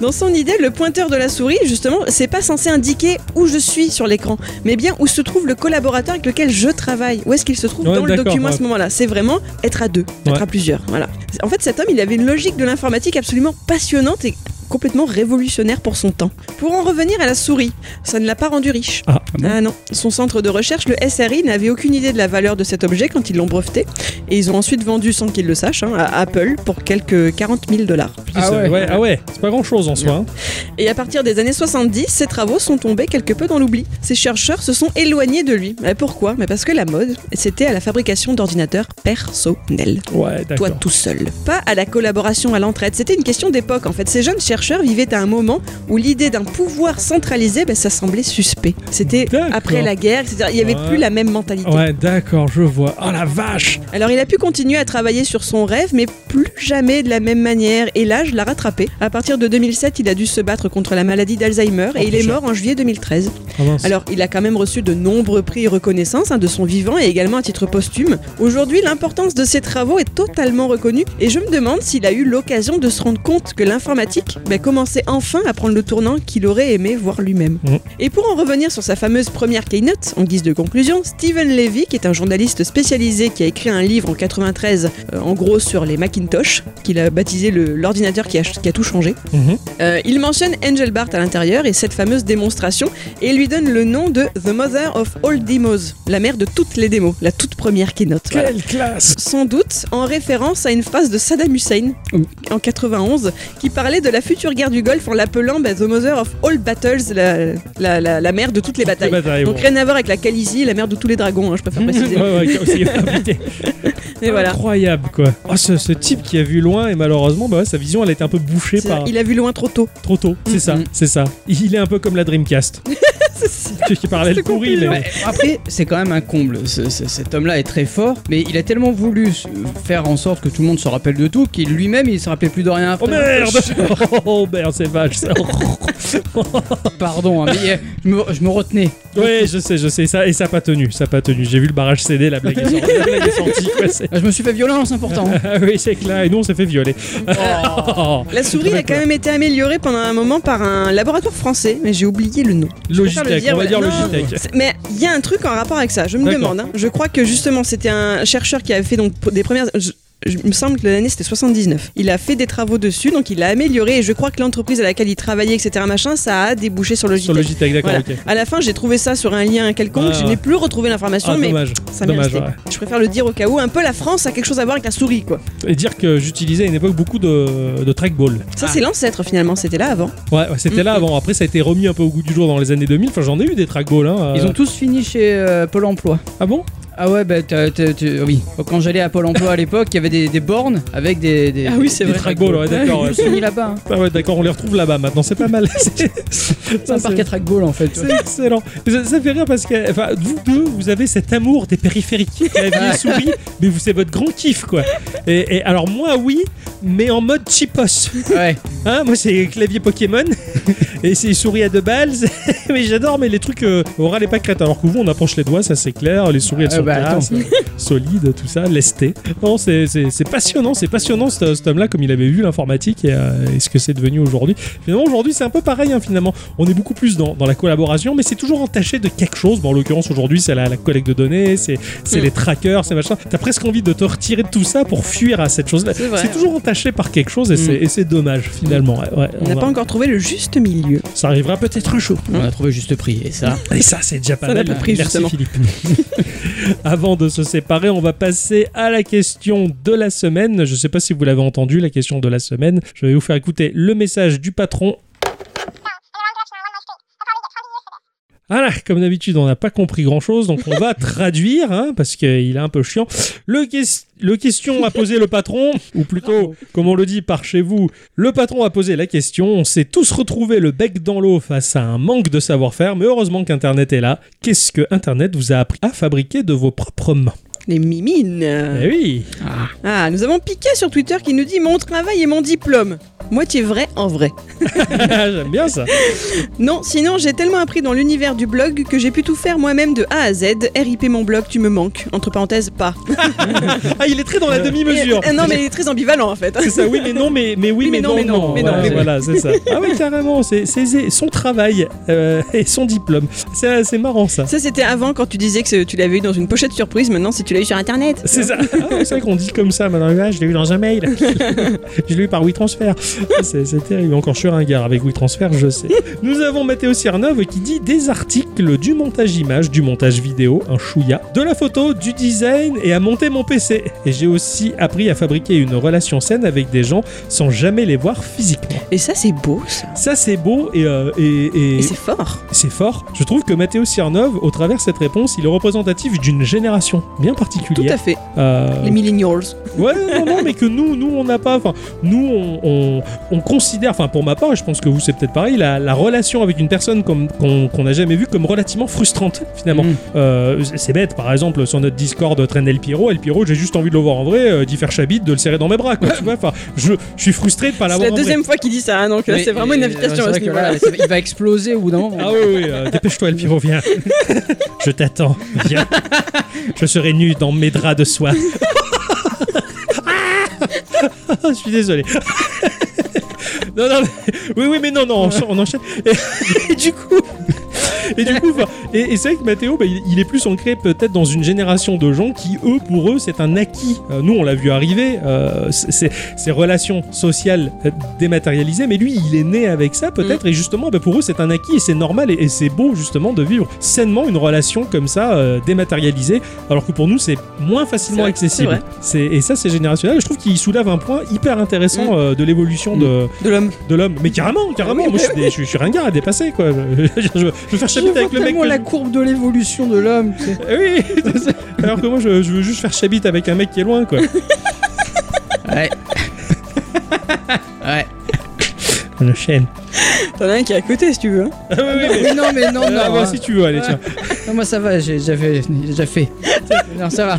Dans son idée, le pointeur de la souris, justement, c'est pas censé indiquer où je suis sur l'écran, mais bien où se trouve le collaborateur avec lequel je travaille. Où est-ce qu'il se trouve Ouais, dans le d'accord, document à ouais. ce moment-là C'est vraiment être à deux, Ouais. être à plusieurs. Voilà. En fait, cet homme, il avait une logique de l'informatique absolument passionnante et complètement révolutionnaire pour son temps. Pour en revenir à la souris, ça ne l'a pas rendu riche. Ah, bon ah non, son centre de recherche, le SRI, n'avait aucune idée de la valeur de cet objet quand ils l'ont breveté, et ils ont ensuite vendu, sans qu'ils le sachent, hein, à Apple pour quelques 40 000 dollars. Putain, Ah ça- ouais. ah ouais, c'est pas grand chose en soi. hein. Et à partir des années 70, ses travaux sont tombés quelque peu dans l'oubli. Ses chercheurs se sont éloignés de lui. Mais pourquoi Mais Parce que la mode, c'était à la fabrication d'ordinateurs personnels. Ouais, Toi d'accord. tout seul. Pas à la collaboration, à l'entraide. C'était une question d'époque en fait. Ces jeunes chercheurs vivaient à un moment où l'idée d'un pouvoir centralisé, ben, ça semblait suspect. C'était D'accord. après la guerre, etc. Il n'y avait Ouais. plus la même mentalité. Ouais, d'accord, je vois. Oh la vache Alors il a pu continuer à travailler sur son rêve, mais plus jamais de la même manière. Et là, je l'a rattrapé. À partir de 2007, il a dû se battre contre la maladie d'Alzheimer et il est mort en juillet 2013. Ah mince. Alors il a quand même reçu de nombreux prix et reconnaissances hein, de son vivant et également à titre posthume. Aujourd'hui, l'importance de ses travaux est totalement reconnue et je me demande s'il a eu l'occasion de se rendre compte que l'informatique bah, commençait enfin à prendre le tournant qu'il aurait aimé voir lui-même. Mhm. Et pour en revenir sur sa fameuse première keynote, en guise de conclusion, Steven Levy, qui est un journaliste spécialisé qui a écrit un livre en 93, euh, en gros sur les Macintosh, qu'il a baptisé le- l'ordinateur qui a ch- qui a tout changé, Mhm. euh, il mentionne Angel Bart à l'intérieur et cette fameuse démonstration et lui donne le nom de The Mother of All Demos, la mère de toutes les démos, la toute première keynote. voilà. Quelle classe Sans doute en référence à une phrase de Saddam Hussein Mm. en 91 qui parlait de la future guerre du Golfe en l'appelant bah, The Mother of All Battles, la, la, la- la mère de toutes les Les batailles. batailles, Donc bon. rien à voir avec la Calicie, la mère de tous les dragons, hein, je [LAUGHS] préfère préciser. Ouais, ouais, aussi, putain. Mais voilà. Incroyable quoi. Oh, ce, ce type qui a vu loin et malheureusement bah, ouais, sa vision elle a été un peu bouchée C'est- par Il a vu loin trop tôt. trop tôt. C'est ça, Mhm. c'est ça. Il est un peu comme la [LAUGHS] Dreamcast. qui qui parlait le C'est pourri compliqué, mais Après, c'est quand même un comble. Ce- ce- cet homme-là est très fort, mais il a tellement voulu s- faire en sorte que tout le monde se rappelle de tout qu'il lui-même il se rappelait plus de rien. Après. Oh merde [LAUGHS] Oh merde, c'est vache [LAUGHS] ça. Pardon, hein, mais euh, je, me, je me retenais. Ouais, je sais, je sais ça et ça a pas tenu, ça a pas tenu. J'ai vu le barrage céder, la blague est sortie, la blague est sortie, quoi, c'est- [LAUGHS] Ah, Je me suis fait violence, c'est [LAUGHS] important. Ah oui, c'est clair. Et nous on s'est fait violer. [LAUGHS] Oh. La souris a quand même été améliorée pendant un moment par un laboratoire français, mais j'ai oublié le nom. préfère le Logitech, dire, on va dire voilà. Non, Logitech. C'est- Mais il y a un truc en rapport avec ça, je me D'accord. demande. hein. Je crois que justement, c'était un chercheur qui avait fait donc des premières. je- je- il me semble que l'année c'était 79. Il a fait des travaux dessus, donc il a amélioré. Et je crois que l'entreprise à laquelle il travaillait, etc., machin, ça a débouché Sur sur Logitech. Logitech, d'accord, Voilà. ok. À la fin, j'ai trouvé ça sur un lien quelconque. Ah, je ouais. n'ai plus retrouvé l'information, Ah, mais dommage. ça m'est dommage, resté. ouais. Je préfère le dire au cas où. Un peu, la France a quelque chose à voir avec la souris, quoi. Et dire que j'utilisais à une époque beaucoup de, de trackball. Ça, c'est l'ancêtre finalement. C'était là avant. Ouais, ouais, c'était là Mhm. avant. Après, ça a été remis un peu au goût du jour dans les années 2000. Enfin, j'en ai eu des trackballs. Hein. Ils euh. ont tous fini chez euh, Pôle Emploi. Ah bon Ah ouais, bah t'as- t'as- t'as- oui. Quand j'allais à Pôle Emploi à l'époque, il y avait des, des bornes avec des, des- Ah oui, c'est des vrai. Trackball, ouais, d'accord, [LAUGHS] Ils sont mis là-bas. hein. Ah ouais, d'accord, on les retrouve là-bas maintenant. C'est pas mal. [LAUGHS] C'est- C'est un ça, parc à Ah, c'est- trackball en fait. tu vois. c'est excellent. Ça, ça fait rire parce que enfin, vous deux, vous avez cet amour [LAUGHS] des périphériques, la vie souris, mais vous c'est votre grand kiff quoi. Et, et alors moi oui, mais en mode cheapos. Ouais. Hein, moi, c'est clavier Pokémon [LAUGHS] et c'est souris à deux balles. [LAUGHS] mais j'adore, mais les trucs euh, au ras les pâquerettes. Alors que vous, on approche les doigts, ça c'est clair. Les souris, elles Ah, sont bah, claires, attends. c'est [LAUGHS] solides, tout ça, lesté. Non, c'est c'est- c'est passionnant, c'est passionnant ce, cet homme-là, comme il avait vu l'informatique et, euh, et ce que c'est devenu aujourd'hui. Finalement, aujourd'hui, c'est un peu pareil, hein, finalement. On est beaucoup plus dans, dans la collaboration, mais c'est toujours entaché de quelque chose. Bon, en l'occurrence, aujourd'hui, c'est la, la collecte de données, c'est c'est Hmm. Mm. les trackers, c'est machin. T'as presque envie de te retirer de tout ça pour fuir à cette chose-là. C'est vrai, C'est ouais. toujours entaché par quelque chose et c'est- et c'est dommage, finalement. Ouais, ouais, On n'a Mm. on pas a- encore trouvé le juste milieu. Ça arrivera peut-être un jour. On a trouvé juste prix et ça. Et ça, c'est déjà pas Ça mal. n'a pas pris, Merci justement. Philippe. [LAUGHS] Avant de se séparer, on va passer à la question de la semaine. Je sais pas si vous l'avez entendu, la question de la semaine. Je vais vous faire écouter le message du patron. Voilà, comme d'habitude, on n'a pas compris grand-chose, donc on [LAUGHS] va traduire, hein, parce qu'il est un peu chiant. Le, ques- le question à poser le patron, ou plutôt, comme on le dit par chez vous, le patron a posé la question, on s'est tous retrouvés le bec dans l'eau face à un manque de savoir-faire, mais heureusement qu'Internet est là. Qu'est-ce que Internet vous a appris à fabriquer de vos propres mains Les mimines. Eh oui [LAUGHS] Ah, nous avons piqué sur Twitter qui nous dit mon travail et mon diplôme. Moitié vrai en vrai. J'aime bien ça Non, sinon j'ai tellement appris dans l'univers du blog que j'ai pu tout faire moi-même de A à Z. RIP mon blog, tu me manques. Entre parenthèses, pas. Ah, il est très dans la demi-mesure Et- euh, non, mais il est très ambivalent [LAUGHS] en fait. C'est ça, oui, mais non, mais, mais oui, mais, non, mais non. mais voilà, non, mais voilà, c'est ça. Ah oui, carrément, c'est c'est- c'est son travail euh, et son diplôme. C'est c'est marrant, ça. Ça, c'était avant quand tu disais que c'est- tu l'avais eu dans une pochette surprise. Maintenant, si tu l'as eu sur internet. C'est ça. Ah oui, c'est vrai qu'on dit comme ça maintenant. Ah, je l'ai eu dans un [LAUGHS] mail. je l'ai eu par WeTransfer. Ah, C'est c'est terrible. Encore je suis ringard avec WeTransfer, je sais. Nous avons Mathéo Cernov qui dit des articles du montage image, du montage vidéo, un chouïa, de la photo, du design et à monter mon PC. Et j'ai aussi appris à fabriquer une relation saine avec des gens sans jamais les voir physiquement. Et ça, c'est beau ça. Ça, c'est beau et, euh, et- et- Et c'est fort. c'est fort. Je trouve que Mathéo Cernov, au travers de cette réponse, il est représentatif d'une génération bien Tout particulière. à fait. Euh, Les millennials. Ouais, non, non, mais que nous, nous, on n'a pas. Enfin, nous, on, on- on considère, enfin, pour ma part, et je pense que vous, c'est peut-être pareil, la, la relation avec une personne comme- qu'on qu'on n'a jamais vue comme relativement frustrante, finalement. Mm. Euh, c'est- c'est bête, par exemple, sur notre Discord, euh, traîne El Piro. El Piro, j'ai juste envie de le voir en vrai, euh, d'y faire chabit, de le serrer dans mes bras, quoi, [LAUGHS] tu vois. Enfin, je, je suis frustré de pas C'est l'avoir la en vrai. deuxième fois qu'il dit ça, hein, donc là, Mais- c'est vraiment une euh, c'est invitation à vrai ce que niveau-là. là, c'est- Il va exploser au bout d'un moment. Ah oui, oui, euh, dépêche-toi, El Piro, viens. [LAUGHS] je t'attends, viens. Je serai nu dans mes draps de [LAUGHS] soie. Ah je suis désolé. non, non, mais- oui, oui, mais non, [LAUGHS] non, on, encha- on enchaîne. Et, et du coup. Et du coup, enfin, et, et c'est vrai que Mathéo, bah, il, il est plus ancré peut-être dans une génération de gens qui, eux, pour eux, c'est un acquis. Euh, nous, on l'a vu arriver, euh, c'est- c'est- ces relations sociales euh, dématérialisées, mais lui, il est né avec ça Mm. peut-être, et justement, bah, pour eux, c'est un acquis, et c'est normal, et, et c'est beau justement de vivre sainement une relation comme ça, euh, dématérialisée, alors que pour nous, c'est moins facilement C'est vrai, accessible. C'est- Et ça, c'est générationnel, et je trouve qu'il soulève un point hyper intéressant euh, de l'évolution Mm. de, De l'homme. de l'homme. Mais carrément, carrément, Oui, moi, je suis, des- je, suis- je suis ringard à dépasser, quoi. [LAUGHS] Je, je- je veux faire chabit avec le mec. que je- courbe de l'évolution de l'homme. [LAUGHS] oui, alors que moi je, je veux juste faire chabit avec un mec qui est loin quoi. Ouais. ouais. Le chêne. T'en as un qui est à côté si tu veux. hein. Ah oui, oui, mais- Mais non, mais non, non. Ah, moi hein. si tu veux, allez tiens. Non, moi ça va, j'ai déjà fait. j'ai déjà fait. Non, ça va.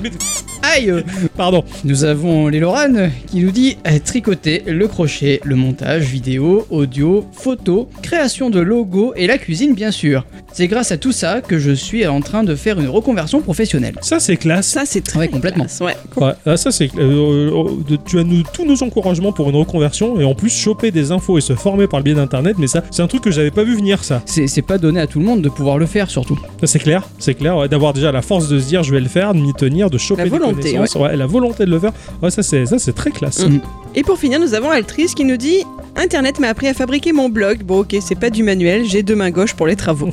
Aïe Pardon. Nous avons les Loran qui nous dit euh, tricoter, le crochet, le montage, vidéo, audio, photo, création de logos et la cuisine bien sûr. C'est grâce à tout ça que je suis en train de faire une reconversion professionnelle. Ça c'est classe. Ça, c'est très. Ouais, complètement. classe, Ouais. Ouais, ah, ça c'est. euh, euh, de- tu as nous, tous nos encouragements pour une reconversion et en plus choper des infos et se former par le biais d'internet. Mais ça, c'est un truc que j'avais pas vu venir ça. C'est c'est pas donné à tout le monde de pouvoir le faire surtout. Ça, C'est clair, c'est clair. ouais, D'avoir déjà la force de se dire je vais le faire, de m'y tenir, de choper La des volonté, connaissances, ouais, la volonté de le faire. Ouais, ça c'est ça c'est très classe. Mm. Et pour finir, nous avons Altrice qui nous dit Internet m'a appris à fabriquer mon blog. Bon, ok, c'est pas du manuel, j'ai deux mains gauches pour les travaux.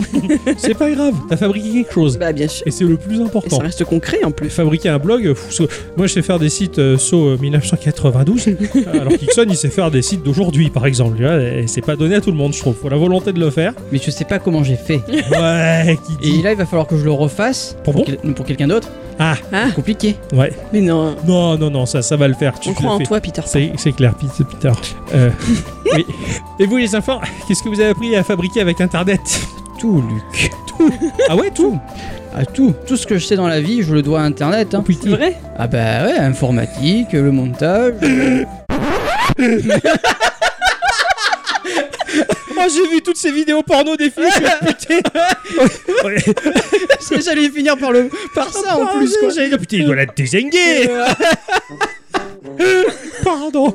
c'est pas grave. T'as fabriqué quelque chose [LAUGHS] bah, bien sûr. et c'est le plus Et ça important. reste concret en plus. fabriquer un blog. pff, so- moi, je sais faire des sites euh, so euh, 1992, [LAUGHS] alors qu'Ixon, il sait faire des sites d'aujourd'hui, par exemple. tu vois, Et c'est pas donné à tout le monde, je trouve. Faut la volonté de le [LAUGHS] faire. Mais je sais pas comment j'ai fait. Ouais, qui Et dit. là il va falloir que je le refasse Pour bon quel- pour quelqu'un d'autre. Ah, C'est compliqué. ouais. Mais non, hein. Non, non, non, ça, ça va le faire. Tu on le croit en fais. toi, Peter. C'est c'est clair, Peter. Peter. [LAUGHS] Euh, oui. Et vous, les enfants, qu'est-ce que vous avez appris à fabriquer avec Internet Tout Luc. Ah ouais, tout Ah tout. Tout ce que je sais dans la vie, je le dois à internet. hein. Putain. C'est vrai [LAUGHS] Ah bah ouais, informatique, le montage. Oh, j'ai vu toutes ces vidéos porno des filles, [LAUGHS] putain. Parce que [LAUGHS] J'allais finir par, le... par ça Ah, en plus quoi. J'allais dire, putain, il doit la désinguer. [LAUGHS] Pardon.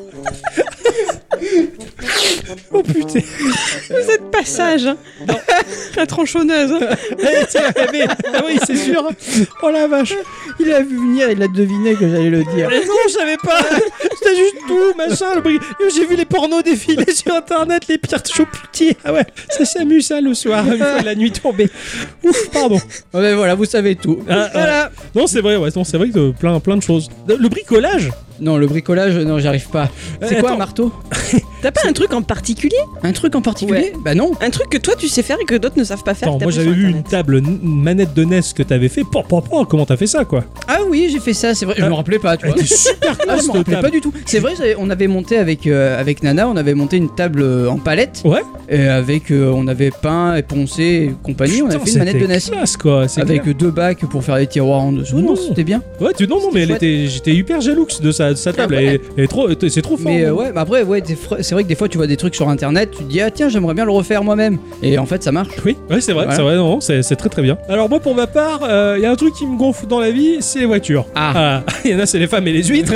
oh putain. Vous êtes passage. hein. [LAUGHS] La tronçonneuse. hein. Eh, tiens, mais- ah oui, c'est sûr. Oh la vache. Il a vu venir, il a deviné que j'allais le dire. Mais non, je savais pas. C'était juste tout, machin. Le bruit. J'ai vu les pornos défiler sur internet, les pires choupetiers. Ah ouais, ça s'amuse, ça, le soir, une fois la nuit tombée. Ouf, pardon. Ouais, mais Ah bah voilà, vous savez tout. Ah, voilà. Non, c'est vrai, ouais, non, c'est vrai que euh, plein, plein de choses. Euh, Le bricolage Non, le bricolage, non, j'y arrive pas. C'est Euh, quoi un attends. marteau T'as pas un truc en particulier Un truc en particulier Ouais. Bah non. Un truc que toi tu sais faire et que d'autres ne savent pas faire Attends, que moi t'as j'avais vu sur vu une Internet. table, une manette de NES que t'avais fait. Pour, pour, pour, comment t'as fait ça, quoi Ah oui, j'ai fait ça, c'est vrai. Je Ah. me rappelais pas, tu Elle vois. était [LAUGHS] super Ah, classe, je me cette rappelais pas table. du tout. C'est vrai, j'avais- on avait monté avec, euh, avec Nana, on avait monté une table euh, en palette. Ouais. Et avec, euh, on avait peint et poncé et compagnie. on Putain, avait fait une manette de c'était NES. classe, quoi. c'est Avec clair. deux bacs pour faire les tiroirs en dessous. Oh Non, Non. c'était bien. Ouais, tu... non, non, mais elle chouette. Ah, était... j'étais hyper jaloux de sa, de sa table. ouais. Elle- elle est trop... C'est trop fort. Mais euh, hein. ouais, bah après, ouais, des fois- c'est vrai que des fois tu vois des trucs sur internet, tu te dis ah tiens, j'aimerais bien le refaire moi-même. Et en fait, ça [LAUGHS] marche. Oui, ouais, c'est vrai, Voilà. c'est vrai, non, non, c'est c'est très très bien. Alors moi, pour ma part, il y a un truc qui me gonfle dans la vie, c'est les voitures. Ah. [LAUGHS] Il y en a, c'est les femmes et les huîtres.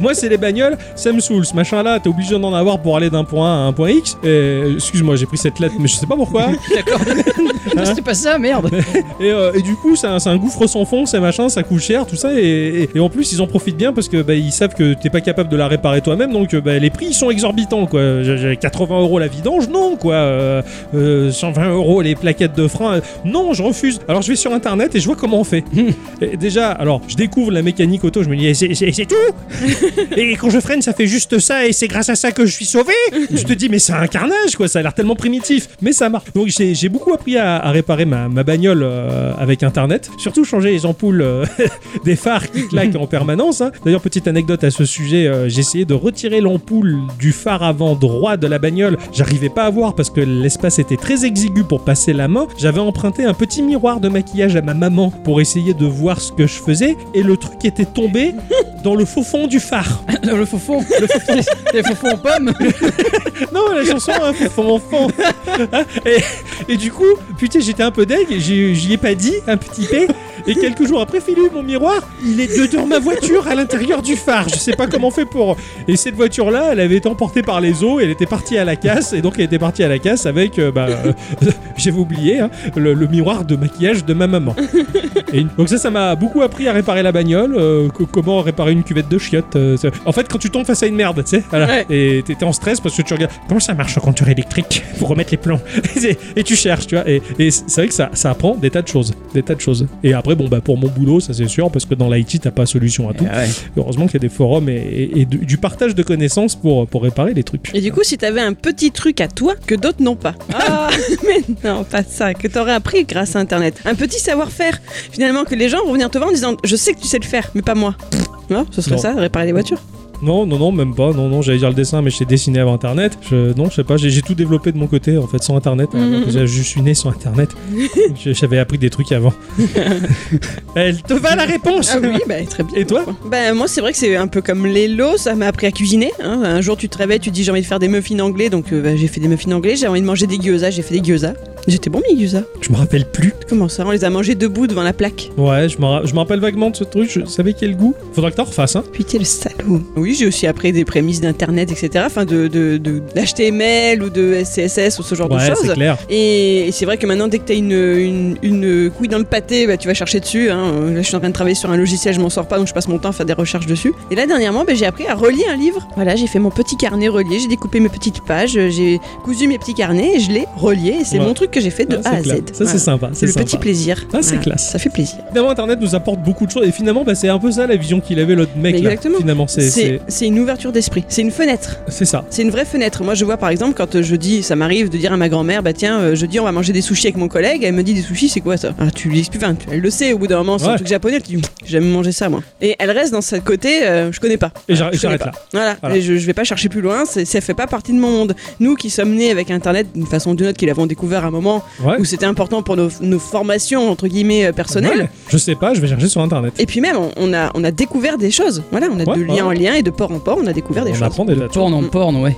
moi, c'est les bagnoles, ça me saoule. Ce machin-là, t'es obligé d'en avoir pour aller d'un point A à un point X. Et, excuse-moi, j'ai pris cette lettre, mais je sais pas pourquoi. D'accord. [LAUGHS] Non, c'était pas ça, [LAUGHS] merde. Et, euh, et du coup, c'est un, c'est un gouffre sans fond, ces machins, ça coûte cher, tout ça. Et, et- et en plus, ils en profitent bien parce que bah, ils savent que t'es pas capable de la réparer toi-même, donc euh, bah, les prix ils sont exorbitants, quoi. J'ai- j'ai 80 euros la vidange, non, quoi. Euh, euh, 120 euros les plaquettes de frein, euh, non, je refuse. Alors je vais sur internet et je vois comment on fait. Et déjà, alors je découvre la mécanique auto, je me dis, eh, c'est c'est- c'est tout et quand je freine, ça fait juste ça, et c'est grâce à ça que je suis sauvé. Je te dis, mais c'est un carnage, quoi. Ça a l'air tellement primitif, mais ça marche. Donc j'ai j'ai beaucoup appris à, à réparer ma, ma bagnole euh, avec Internet, surtout changer les ampoules euh, [LAUGHS] des phares qui claquent en permanence. hein. D'ailleurs, petite anecdote à ce sujet, euh, j'ai essayé de retirer l'ampoule du phare avant droit de la bagnole. J'arrivais pas à voir parce que l'espace était très exigu pour passer la main. J'avais emprunté un petit miroir de maquillage à ma maman pour essayer de voir ce que je faisais, et le truc était tombé dans le faux fond du phare. Dans le faux fond, le faux fond, les faux fonds en pommes. Non, la chanson, hein, faut faire mon enfant. Et, et du coup, putain, j'étais un peu deg, j'y j'y ai pas dit, un petit P. Et quelques jours après, Philou, mon miroir, il est de- dans ma voiture à l'intérieur du phare. Je sais pas comment on fait pour. Et cette voiture-là, elle avait été emportée par les eaux, elle était partie à la casse, et donc elle était partie à la casse avec, euh, bah, euh, [LAUGHS] j'avais oublié, hein, le, le miroir de maquillage de ma maman. Et une- donc ça, ça m'a beaucoup appris à réparer la bagnole, euh, co- comment réparer une cuvette de chiottes. euh, ça- en fait, quand tu tombes face à une merde, tu sais, voilà, Ouais. et t'es t'es en stress parce que tu regardes comment ça marche le compteur électrique pour remettre les plombs. [LAUGHS] et, et tu cherches, tu vois. Et, et c'est vrai que ça, ça apprend des tas de choses, des tas de choses. Et après, bon bah pour mon boulot, ça c'est sûr, parce que dans l'IT, t'as pas solution à tout. Heureusement qu'il y a des forums et, et- et du, du partage de connaissances pour, pour réparer les trucs. Et du coup, si t'avais un petit truc à toi que d'autres n'ont pas. Ah, [LAUGHS] mais non, pas ça, que t'aurais appris grâce à Internet. Un petit savoir-faire, finalement, que les gens vont venir te voir en disant Je sais que tu sais le faire, mais pas moi. Pff, Non, ce serait Non. ça, réparer des voitures. Non, non, non, même pas. Non, non, j'allais dire le dessin, mais je sais dessiner avant Internet. Je, non, je sais pas. J'ai j'ai tout développé de mon côté, en fait, sans Internet. Mhm. Déjà, Je suis né sans [LAUGHS] Internet. Je- J'avais appris des trucs avant. Elle te va la réponse Ah oui, [LAUGHS] bah, très bien. Et toi Ben moi c'est vrai que c'est un peu comme l'élo, ça m'a appris à cuisiner. hein. Un jour tu te réveilles, tu te dis j'ai envie de faire des muffins anglais, donc euh, ben, j'ai fait des muffins anglais, j'ai envie de manger des gyozas, j'ai fait des gyozas. J'étais bon mes gyozas. Je me rappelle plus. Comment ça On les a mangés debout devant la plaque. Ouais, je me ra- je me rappelle vaguement de ce truc. Je savais quel goût. Faudra que t'en refasses, hein. Putain le salaud. Oui j'ai aussi appris des prémices d'internet etc. Enfin de, de, de- d'HTML ou de CSS ou ce genre de Ouais, c'est choses. clair. Et c'est vrai que maintenant, dès que t'as une, une, une couille dans le pâté, bah, tu vas chercher dessus. hein. Là, je suis en train de travailler sur un logiciel, je m'en sors pas, donc je passe mon temps à faire des recherches dessus. Et là, dernièrement, bah, j'ai appris à relier un livre. Voilà, j'ai fait mon petit carnet relié, j'ai découpé mes petites pages, j'ai cousu mes petits carnets et je l'ai relié. Et c'est Ouais. mon truc que j'ai fait de Ah, A c'est à Z. clair. Ça, Voilà. c'est sympa. C'est le sympa. petit plaisir. Ah, c'est classe. Ça fait plaisir. Finalement, Internet nous apporte beaucoup de choses. Et finalement, bah, c'est un peu ça la vision qu'il avait l'autre mec. Mais là. exactement. Finalement, c'est- C'est c'est c'est une ouverture d'esprit. C'est une fenêtre. c'est ça. C'est une vraie fenêtre. Moi, je vois par exemple quand euh, je dis, ça m'arrive de dire à ma grand-mère, bah tiens, euh, jeudi on va manger des sushis avec mon collègue. Elle me dit des sushis, c'est quoi ça Ah, tu lui expliques. Enfin, tu- elle le sait. Au bout d'un moment, c'est Ouais. un truc japonais. Tu dis, j'aime manger ça, moi. Et elle reste dans ce côté, euh, je connais pas. Et Je j'arr- connais j'arrête pas. là. Voilà. Voilà. Et je, je vais pas chercher plus loin. c'est- Ça fait pas partie de mon monde. Nous qui sommes nés avec Internet d'une façon ou d'une autre, qui l'avons découvert à un moment Ouais. où c'était important pour nos, nos formations, entre guillemets, euh, personnelles. Ouais. Je sais pas, je vais chercher sur internet. Et puis même, on- on a, on a découvert des choses. Voilà, on a Ouais, bah de ouais. lien en lien et de port en port, on a découvert des On choses. apprend des dates. Porn en porn, ouais.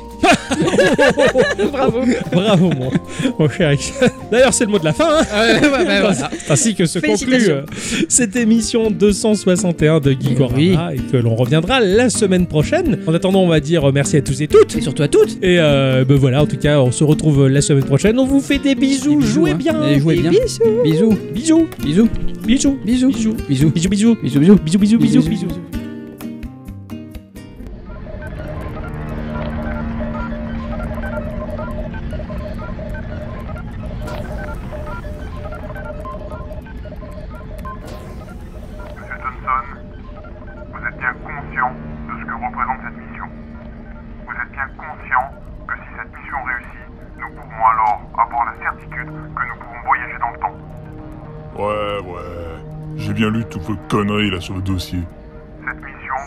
Bravo. Bravo, [LAUGHS] moi. [LAUGHS] Mon cher Eric. D'ailleurs, c'est le mot de la fin, hein [LAUGHS] Ainsi que se conclut Félicitations. euh, cette émission 261 de Geekorama Oui. et que l'on reviendra la semaine prochaine. En attendant, on va dire euh, merci à tous et toutes. Et surtout à toutes. Et euh, ben voilà, en tout cas, on se retrouve la semaine prochaine. On vous fait des bisous. Des bisous, jouez hein. bien. Allez, jouez Des bien. Bisous. Bisous. Bisous. Bisous. Bisous. Bisous. Bisous. Bisous. Bisous. Bisous. Bisous. Bisous. Bisous. Bisous. Bisous. Bisous. Bisous. Monsieur Johnson, vous êtes bien conscient de ce que représente cette mission. Vous êtes bien conscient que si cette mission réussit, nous pourrons alors avoir la certitude que nous pouvons voyager dans le temps. Ouais, ouais. J'ai bien lu toutes vos conneries là sur le dossier. Cette mission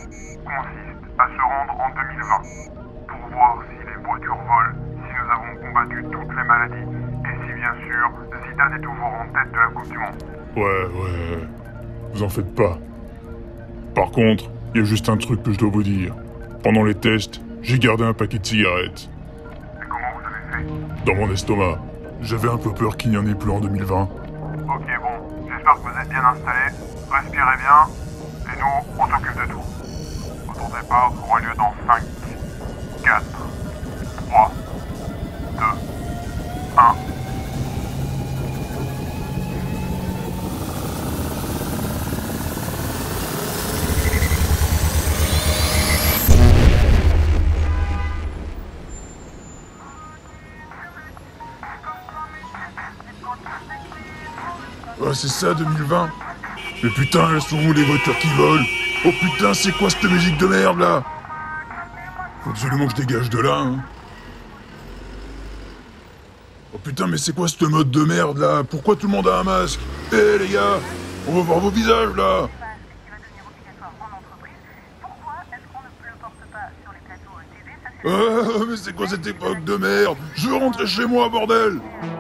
consiste à se rendre en 2020 pour voir si les voitures volent, si nous avons combattu toutes les maladies et si bien sûr Zidane est toujours en tête de la Coupe du Monde. Ouais, ouais. Vous en faites pas. Par contre, il y a juste un truc que je dois vous dire. Pendant les tests, j'ai gardé un paquet de cigarettes. Et comment vous avez fait Dans mon estomac. J'avais un peu peur qu'il n'y en ait plus en 2020. Ok, bon, j'espère que vous êtes bien installés. Respirez bien. Et nous, on s'occupe de tout. Votre départ aura lieu dans 5, 4, 3, 2, 1. Ouais, Ah, c'est ça, 2020. Mais putain, elles sont où les voitures qui volent Oh putain, c'est quoi cette musique de merde là Faut absolument que je dégage de là, hein. Oh putain, mais c'est quoi cette mode de merde là Pourquoi tout le monde a un masque Eh les gars, on va voir vos visages là qui va devenir obligatoire en entreprise. Pourquoi est-ce qu'on ne le porte pas sur les plateaux euh, TV Ça, c'est Ah, mais c'est quoi cette époque de merde Je veux rentrer chez moi, bordel euh,